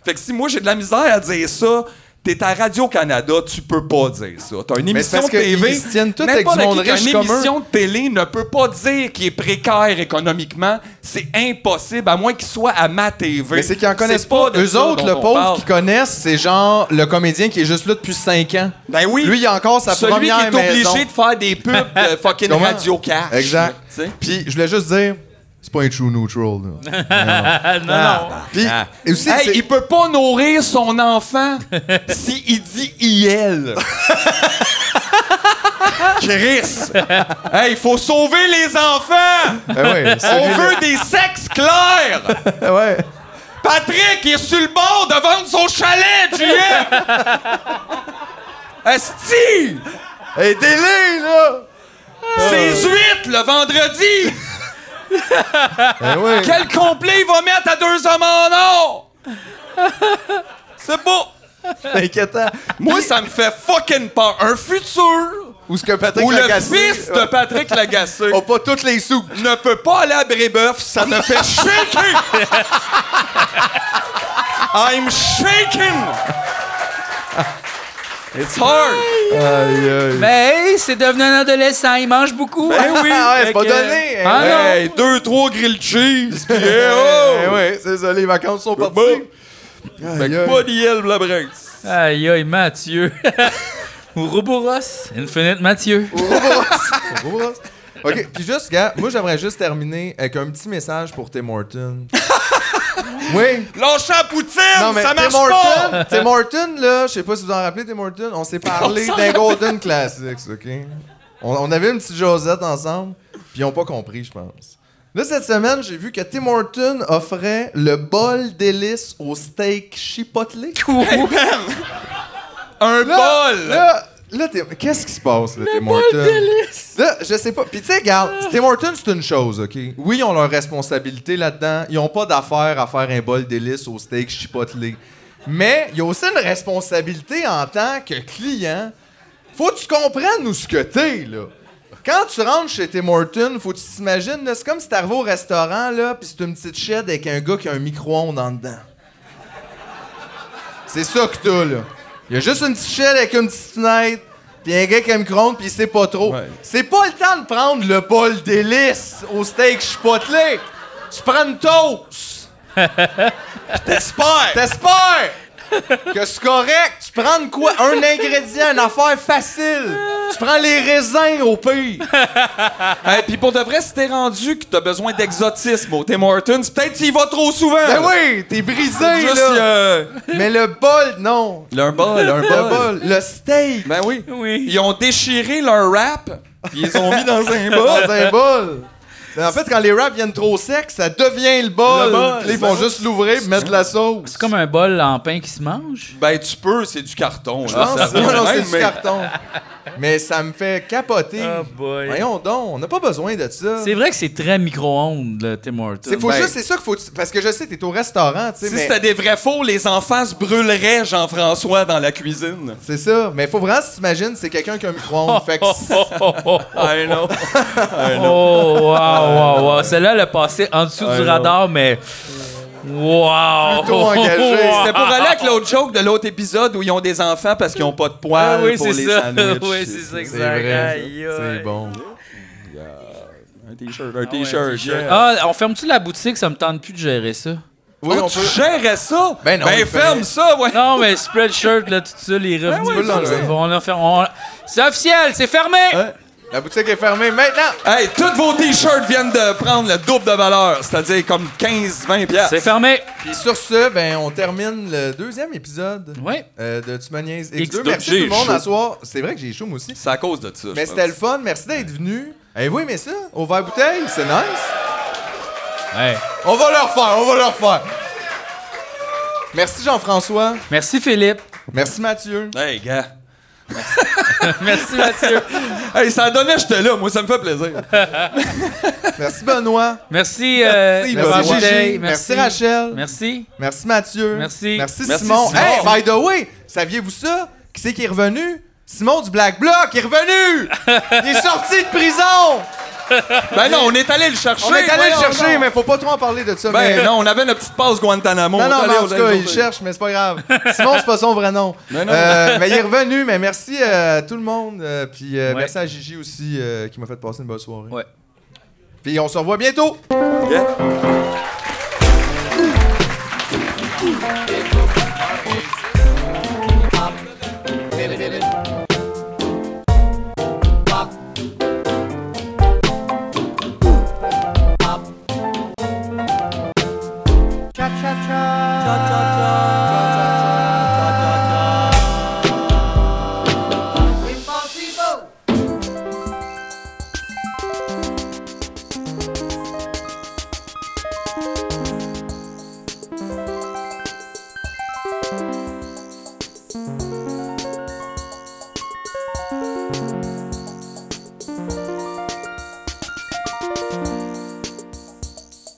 S2: Fait que si moi, j'ai de la misère à dire ça, t'es à Radio-Canada, tu peux pas dire ça. T'as une
S3: Mais
S2: émission
S3: c'est parce
S2: de TV,
S3: qu'ils se tiennent tous avec
S2: n'importe
S3: du monde
S2: qui qui a
S3: riche
S2: une
S3: comme eux.
S2: émission de télé ne peut pas dire qu'il est précaire économiquement, c'est impossible, à moins qu'il soit à ma TV.
S3: Mais c'est qu'ils en connaissent
S2: C'est
S3: pas.
S2: de
S3: Eux
S2: ça
S3: autres,
S2: dont
S3: le
S2: on
S3: pauvre
S2: parle.
S3: qu'ils connaissent, c'est genre le comédien qui est juste là depuis 5 ans.
S2: Ben oui.
S3: Lui, il a encore sa
S2: Celui qui
S3: première
S2: est obligé
S3: maison.
S2: de faire des pubs de fucking
S3: *laughs* Comment?
S2: Radio Cash.
S3: Exact.
S2: Tu sais?
S3: Puis je voulais juste dire, c'est pas un true neutral.
S2: *laughs*
S3: là.
S1: Ah, non, non.
S3: Puis et aussi,
S2: Ah. Hey,
S3: c'est-
S2: il peut pas nourrir
S3: *laughs*
S2: son enfant si il dit IL. Chris! *laughs* Hey, il faut sauver les enfants!
S3: Ah ouais,
S2: *laughs* On
S3: celui-là.
S2: veut des sexes clairs!
S3: Ah ouais.
S2: Patrick, il est sur le bord de vendre son chalet, Julien!
S3: *laughs*
S2: Esti!
S3: Aidez-les, là! Euh.
S2: C'est 8 le vendredi!
S3: Ah ouais.
S2: Quel complet il va mettre à deux hommes en or? C'est beau.
S3: inquiétant.
S2: Moi, ça me fait fucking peur. Un futur
S3: Ou ce que Patrick
S2: où le
S3: Lagacé
S2: fils de Patrick Lagacé
S3: a pas toutes les sous.
S2: ne peut pas aller à Brébeuf, ça
S3: *laughs*
S2: me fait shaking! I'm shaking! It's hard!
S3: Aïe, aïe.
S1: Mais Ben, hey, c'est devenu un adolescent, il mange beaucoup.
S2: Eh
S1: hein.
S3: *laughs* Ah
S1: oui.
S3: ouais,
S1: Fait
S3: c'est pas
S1: que-
S3: donné. hein.
S1: Ah non.
S2: Hey, deux, trois grilled cheese, pis
S3: *laughs* Eh
S2: *laughs* yeah, oh!
S3: ouais, c'est ça, les vacances sont parties. Aïe,
S2: Fait que
S3: aïe.
S2: pas d'IL, blabrins.
S1: Aïe, aïe, Mathieu. *laughs* Ou Roboros, Infinite Mathieu.
S3: hein?
S2: *laughs*
S3: OK, puis juste, gars, moi, j'aimerais juste terminer avec un petit message pour Tim Horton. *laughs* oui.
S2: Lâche la poutine,
S3: Non, mais
S2: ça
S3: Tim
S2: marche pas!
S3: Horton, Tim Horton, là, je sais pas si vous en rappelez, Tim Horton, on s'est parlé d'un Golden Classics, OK? On, on avait une petite Josette ensemble, puis ils ont pas compris, je pense. Là, cette semaine, j'ai vu que Tim Horton offrait le bol d'hélice au steak chipotle. Là,
S2: Un bol!
S3: Là, là, Tim- qu'est-ce qui se passe, là, Tim Horton? Là, je sais pas. Puis tu sais, regarde, Tim Horton, c'est une chose, OK? Oui, ils ont leur responsabilité là-dedans. Ils ont pas d'affaire à faire un bol d'hélice au steak chipotle. Mais il y a aussi une responsabilité en tant que client. Faut que tu comprennes où ce que t'es, là. Quand tu rentres chez Tim Horton, faut que tu t'imagines, là, c'est comme si t'arrivais au restaurant, là, puis c'est une petite chaîne avec un gars qui a un micro-ondes en dedans. C'est ça que t'as, là. Il y a juste une petite chaîne avec une petite fenêtre. puis un gars qui a un micro-ondes, puis il sait pas trop.
S6: Ouais.
S3: C'est pas le temps de prendre le bol d'élices au steak chipotle. Tu prends une
S2: *laughs*
S3: toast. Puis t'espères. T'espères que c'est correct. Tu prends de quoi? Un ingrédient, une affaire facile. Tu prends les raisins au pire.
S2: Hey, Euh, Puis pour de vrai, si t'es rendu que t'as besoin d'exotisme au Tim Hortons, peut-être t'y vas trop souvent.
S3: Ben
S2: là.
S3: oui, t'es brisé,
S2: Juste,
S3: là.
S2: euh,
S3: Mais le bol, non.
S2: leur bol, leur
S3: Le bol, le steak.
S2: Ben oui.
S1: Oui.
S2: Ils ont déchiré leur rap, puis ils ont mis
S3: *laughs*
S2: dans un bol.
S3: Dans un bol. Mais en fait, quand les wraps viennent trop secs, ça devient le bol.
S2: Le bol.
S3: Puis là, Ils vont juste l'ouvrir et mettre de la sauce.
S1: C'est comme un bol en pain qui se mange.
S2: Ben tu peux, c'est du carton.
S3: Je pense que- Ah, non, non, c'est du
S2: mais-
S3: carton. Mais ça me fait capoter.
S1: Oh,
S2: Ah, ben.
S1: boy.
S3: Voyons donc, on n'a pas besoin de ça.
S1: C'est vrai que c'est très micro-ondes, le Tim Hortons.
S3: C'est faut
S2: Ben-
S3: juste, c'est ça qu'il faut. Parce que je sais, t'es au restaurant, tu sais.
S2: Si
S3: mais-
S2: c'était des vrais faux, les enfants se brûleraient Jean-François dans
S1: *laughs*
S2: la cuisine.
S3: C'est ça. Mais faut vraiment que tu t'imagines, c'est quelqu'un qui a un micro-ondes. fait que c'est-
S2: I know.
S1: Oh, wow, wow, wow. Celle-là, elle a passé en dessous du radar, mais. Wow! Ah,
S3: Plutôt engagé.
S2: C'était pour aller avec l'autre joke de l'autre épisode où ils ont des enfants parce qu'ils ont pas de
S1: Ah
S2: poils
S1: oui,
S2: pour
S1: c'est
S2: les
S1: ça. *laughs*
S2: sandwichs.
S1: Oui, c'est ça,
S3: c'est
S1: exact.
S3: vrai.
S1: Aïe, aïe.
S3: C'est bon.
S2: Un t-shirt, un t-shirt. hein. yeah.
S1: Ah, on ferme-tu la boutique? Ça me tente plus de gérer ça.
S3: Oui,
S2: Oh,
S3: on
S2: tu
S3: peut.
S2: gérais ça?
S3: Ben non, on le
S2: ferme
S3: fait.
S2: ça, ouais.
S1: Non, mais Spreadshirt, là, tout ça, les revenus.
S3: ouais,
S1: ils vont-
S3: l'enlever.
S1: ils vont en faire- on- C'est officiel, c'est fermé!
S3: Ouais. La boutique est fermée maintenant.
S2: Hey, tous vos t-shirts viennent de prendre le double de valeur, c'est-à-dire comme 15, 20 piastres.
S1: C'est fermé!
S3: Puis sur ce, ben, on termine le deuxième épisode
S1: Oui.
S3: euh, de Tu me niaises
S1: X2.
S3: X2. Merci tout
S2: J'ai
S3: le monde
S2: chaud.
S3: à soir. C'est vrai que j'ai chaud, moi aussi.
S2: C'est à cause de ça.
S3: Mais
S2: je
S3: c'était le
S2: pense.
S3: fun. Merci d'être venu. Avez-vous aimé ça? Au verre bouteille, c'est nice.
S1: Ouais.
S3: On va le refaire, on va le refaire. Merci Jean-François.
S1: Merci Philippe. *laughs*
S3: Merci Mathieu.
S2: Hey, gars.
S1: Merci Mathieu.
S2: Hey, ça donnait, j'étais là. Moi, ça me fait
S3: *laughs*
S2: plaisir.
S3: Merci Benoît.
S1: Merci. euh, Laurent
S3: Merci
S1: Bouteille.
S3: Gigi. Merci Rachel.
S1: Merci.
S3: Merci Mathieu.
S1: Merci.
S3: Merci,
S2: Merci
S3: Simon.
S2: Simon.
S3: Hey, by the way, saviez-vous ça? Qui c'est qui est revenu? Simon du Black Bloc est
S2: *laughs*
S3: revenu! Il est sorti de prison!
S2: Ben non, on est allé le chercher.
S3: On est allé le
S2: voyons
S3: chercher,
S2: donc.
S3: mais faut pas trop en parler de ça. mais-
S2: Ben non, on avait notre petite passe Guantanamo.
S3: Non,
S2: On est
S3: non,
S2: allé
S3: mais
S2: aux
S3: en tout cas,
S2: Indes.
S3: il le cherche, mais c'est pas grave. Simon, c'est pas son vrai nom.
S2: Non, non.
S3: Euh, mais il est revenu, mais merci euh, à tout le monde. euh, puis euh,
S1: Ouais.
S3: merci à Gigi aussi euh, qui m'a fait passer une bonne soirée.
S1: Ouais.
S3: Puis on se revoit bientôt!
S2: Yeah.